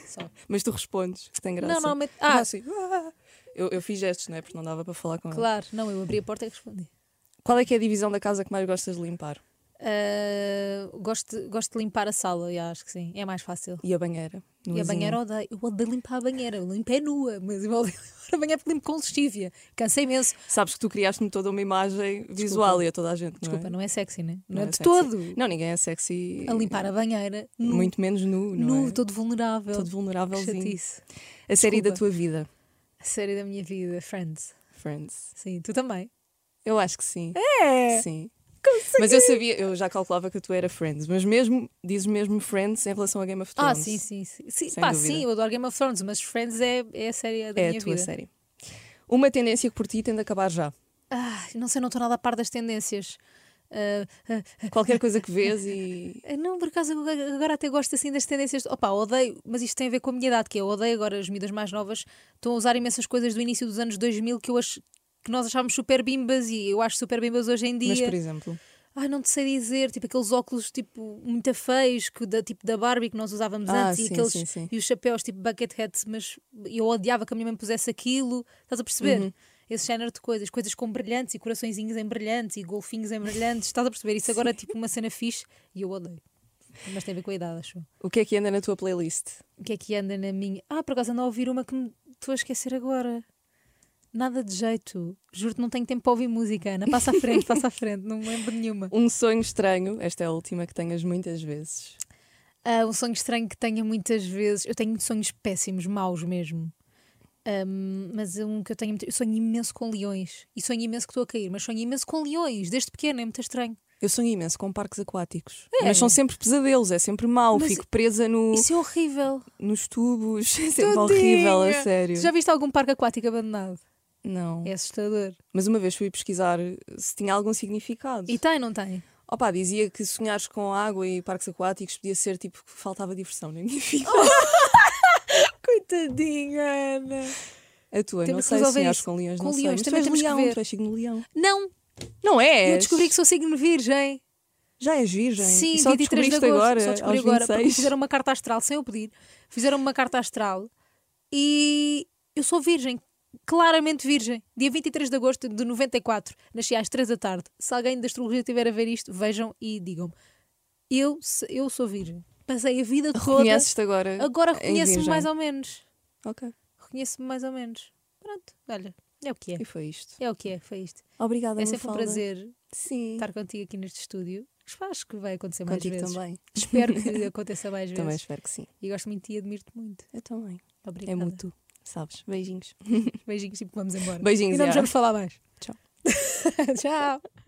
Speaker 2: Só.
Speaker 1: Mas tu respondes, que tem graça.
Speaker 2: Não, normalmente-
Speaker 1: Eu faço
Speaker 2: ah.
Speaker 1: assim, "Ah". Eu, eu fiz gestos, não é? Porque não dava para falar com ela.
Speaker 2: Claro, não, eu abri a porta e respondi.
Speaker 1: Qual é que é a divisão da casa que mais gostas de limpar?
Speaker 2: Ah, gosto, de- gosto de limpar a sala, eu acho que sim. É mais fácil.
Speaker 1: E a banheira? é?
Speaker 2: E a
Speaker 1: Nuazinha?
Speaker 2: banheira eu odeio. Eu odeio limpar a banheira. Eu limpo é nua, mas eu odeio limpar a banheira porque limpo com lexívia. Cansei imenso.
Speaker 1: Sabes que tu criaste-me toda uma imagem visual e a toda a gente, não é?
Speaker 2: Desculpa, não é sexy, né? Não, é de
Speaker 1: sexy.
Speaker 2: todo.
Speaker 1: Não, ninguém é sexy.
Speaker 2: A limpar a banheira, nu,
Speaker 1: Muito menos nu, não
Speaker 2: nu
Speaker 1: é?
Speaker 2: todo vulnerável.
Speaker 1: Todo
Speaker 2: Que
Speaker 1: vulnerávelzinho.
Speaker 2: chatice.
Speaker 1: A série da
Speaker 2: Desculpa.
Speaker 1: tua vida,
Speaker 2: A série da minha vida, Friends.
Speaker 1: Friends.
Speaker 2: Sim, tu também.
Speaker 1: Eu acho que sim.
Speaker 2: É!
Speaker 1: Sim. Mas eu sabia, eu já calculava que tu era Friends, mas mesmo, dizes mesmo Friends em relação a Game of
Speaker 2: Ah,
Speaker 1: Thrones.
Speaker 2: sim, sim. sim. sim
Speaker 1: Sem
Speaker 2: pá,
Speaker 1: dúvida.
Speaker 2: sim, eu adoro Game of Thrones, mas Friends é, é a série da
Speaker 1: É
Speaker 2: minha
Speaker 1: a tua
Speaker 2: vida.
Speaker 1: série. Uma tendência que por ti tem de acabar já.
Speaker 2: Ah, não sei, não estou nada a par das tendências. Ah, ah,
Speaker 1: Qualquer coisa que vês e.
Speaker 2: Ah, Não, por acaso agora agora até gosto assim das tendências. Opa, odeio, mas isto tem a ver com a minha idade, que é, eu odeio agora as miúdas mais novas. Estão a usar imensas coisas do início dos anos 2000 que eu acho que nós achávamos super bimbas e eu acho super bimbas hoje em
Speaker 1: Mas,
Speaker 2: dia.
Speaker 1: por exemplo,
Speaker 2: Ai, não te sei dizer, tipo aqueles óculos tipo muito feios que da tipo da Barbie que nós usávamos
Speaker 1: Ah,
Speaker 2: antes
Speaker 1: sim,
Speaker 2: e aqueles
Speaker 1: sim, sim.
Speaker 2: e os chapéus tipo bucket hats, mas eu odiava que a minha mãe me pusesse aquilo. Estás a perceber?
Speaker 1: Uhum.
Speaker 2: Esse género de coisas, coisas com brilhantes e coraçõezinhos em brilhantes e golfinhos em brilhantes, estás a perceber? Isso agora é tipo uma cena fixe e eu odeio. Mas tem a ver com a idade, acho.
Speaker 1: o que é que anda na tua playlist?
Speaker 2: O que é que anda na minha. Ah, por acaso ando a ouvir uma que me estou a esquecer agora. Nada de jeito. Juro-te, não tenho tempo para ouvir música, Ana. Passa à frente, passa à frente. Não me lembro de nenhuma.
Speaker 1: Um sonho estranho, esta é a última que tenhas muitas vezes.
Speaker 2: Ah, um sonho estranho que tenho muitas vezes. Eu tenho sonhos péssimos, maus mesmo. Ahm, mas um que eu tenho. muito- Eu sonho imenso com leões. E sonho imenso que estou a cair, mas sonho imenso com leões. Desde pequena, é muito estranho.
Speaker 1: Eu sonho imenso com parques aquáticos. Mas são sempre pesadelos, é sempre mau.
Speaker 2: Mas-
Speaker 1: Fico presa no,
Speaker 2: Isso é horrível.
Speaker 1: nos tubos. É sempre horrível, a
Speaker 2: Tadinha.
Speaker 1: sério.
Speaker 2: Tu já viste algum parque aquático abandonado?
Speaker 1: Não.
Speaker 2: É assustador.
Speaker 1: Mas uma vez fui pesquisar eh, se tinha algum significado.
Speaker 2: E tem, não tem?
Speaker 1: Opa, dizia que sonhares com água e parques aquáticos podia ser tipo que faltava diversão na minha vida.
Speaker 2: Coitadinha, Ana.
Speaker 1: A tua,
Speaker 2: Temos que
Speaker 1: não sei se
Speaker 2: resolver
Speaker 1: sonhares
Speaker 2: isso.
Speaker 1: com leões,
Speaker 2: Com
Speaker 1: não sei.
Speaker 2: leões,
Speaker 1: Mas tu
Speaker 2: também
Speaker 1: és
Speaker 2: temos que
Speaker 1: leão,
Speaker 2: ver.
Speaker 1: tu és signo de leão.
Speaker 2: Não,
Speaker 1: Não é?
Speaker 2: eu descobri que sou signo virgem.
Speaker 1: Já és virgem.
Speaker 2: Sim,
Speaker 1: e só
Speaker 2: 23 de
Speaker 1: descobriste
Speaker 2: agosto.
Speaker 1: agora,
Speaker 2: só descobri
Speaker 1: aos
Speaker 2: agora, porque
Speaker 1: 26.
Speaker 2: fizeram uma carta astral sem eu pedir. Fizeram uma carta astral e eu sou virgem. Claramente virgem. Dia 23 de agosto de 94. Nasci às 3 da tarde. Se alguém da astrologia tiver a ver isto, vejam e digam-me. Eu, se- eu sou virgem. Passei a vida toda.
Speaker 1: Reconheces-te agora.
Speaker 2: Agora
Speaker 1: em
Speaker 2: reconheço-me
Speaker 1: virgem.
Speaker 2: mais ou menos.
Speaker 1: Ok,
Speaker 2: Reconheço-me mais ou menos. Pronto, olha. É o que é.
Speaker 1: e foi isto.
Speaker 2: É o que é, foi isto.
Speaker 1: Obrigada,
Speaker 2: É sempre um
Speaker 1: Mafalda.
Speaker 2: prazer
Speaker 1: Sim,
Speaker 2: estar contigo aqui neste estúdio. Acho que vai acontecer mais
Speaker 1: contigo
Speaker 2: vezes.
Speaker 1: também.
Speaker 2: Espero que aconteça mais
Speaker 1: Também
Speaker 2: vezes.
Speaker 1: espero que sim.
Speaker 2: E gosto muito de ti e admiro-te muito.
Speaker 1: Eu também.
Speaker 2: Obrigada.
Speaker 1: É mútuo, sabes? Beijinhos.
Speaker 2: Beijinhos e vamos embora.
Speaker 1: Beijinhos,
Speaker 2: E não nos
Speaker 1: já.
Speaker 2: vamos falar mais.
Speaker 1: Tchau.
Speaker 2: Tchau.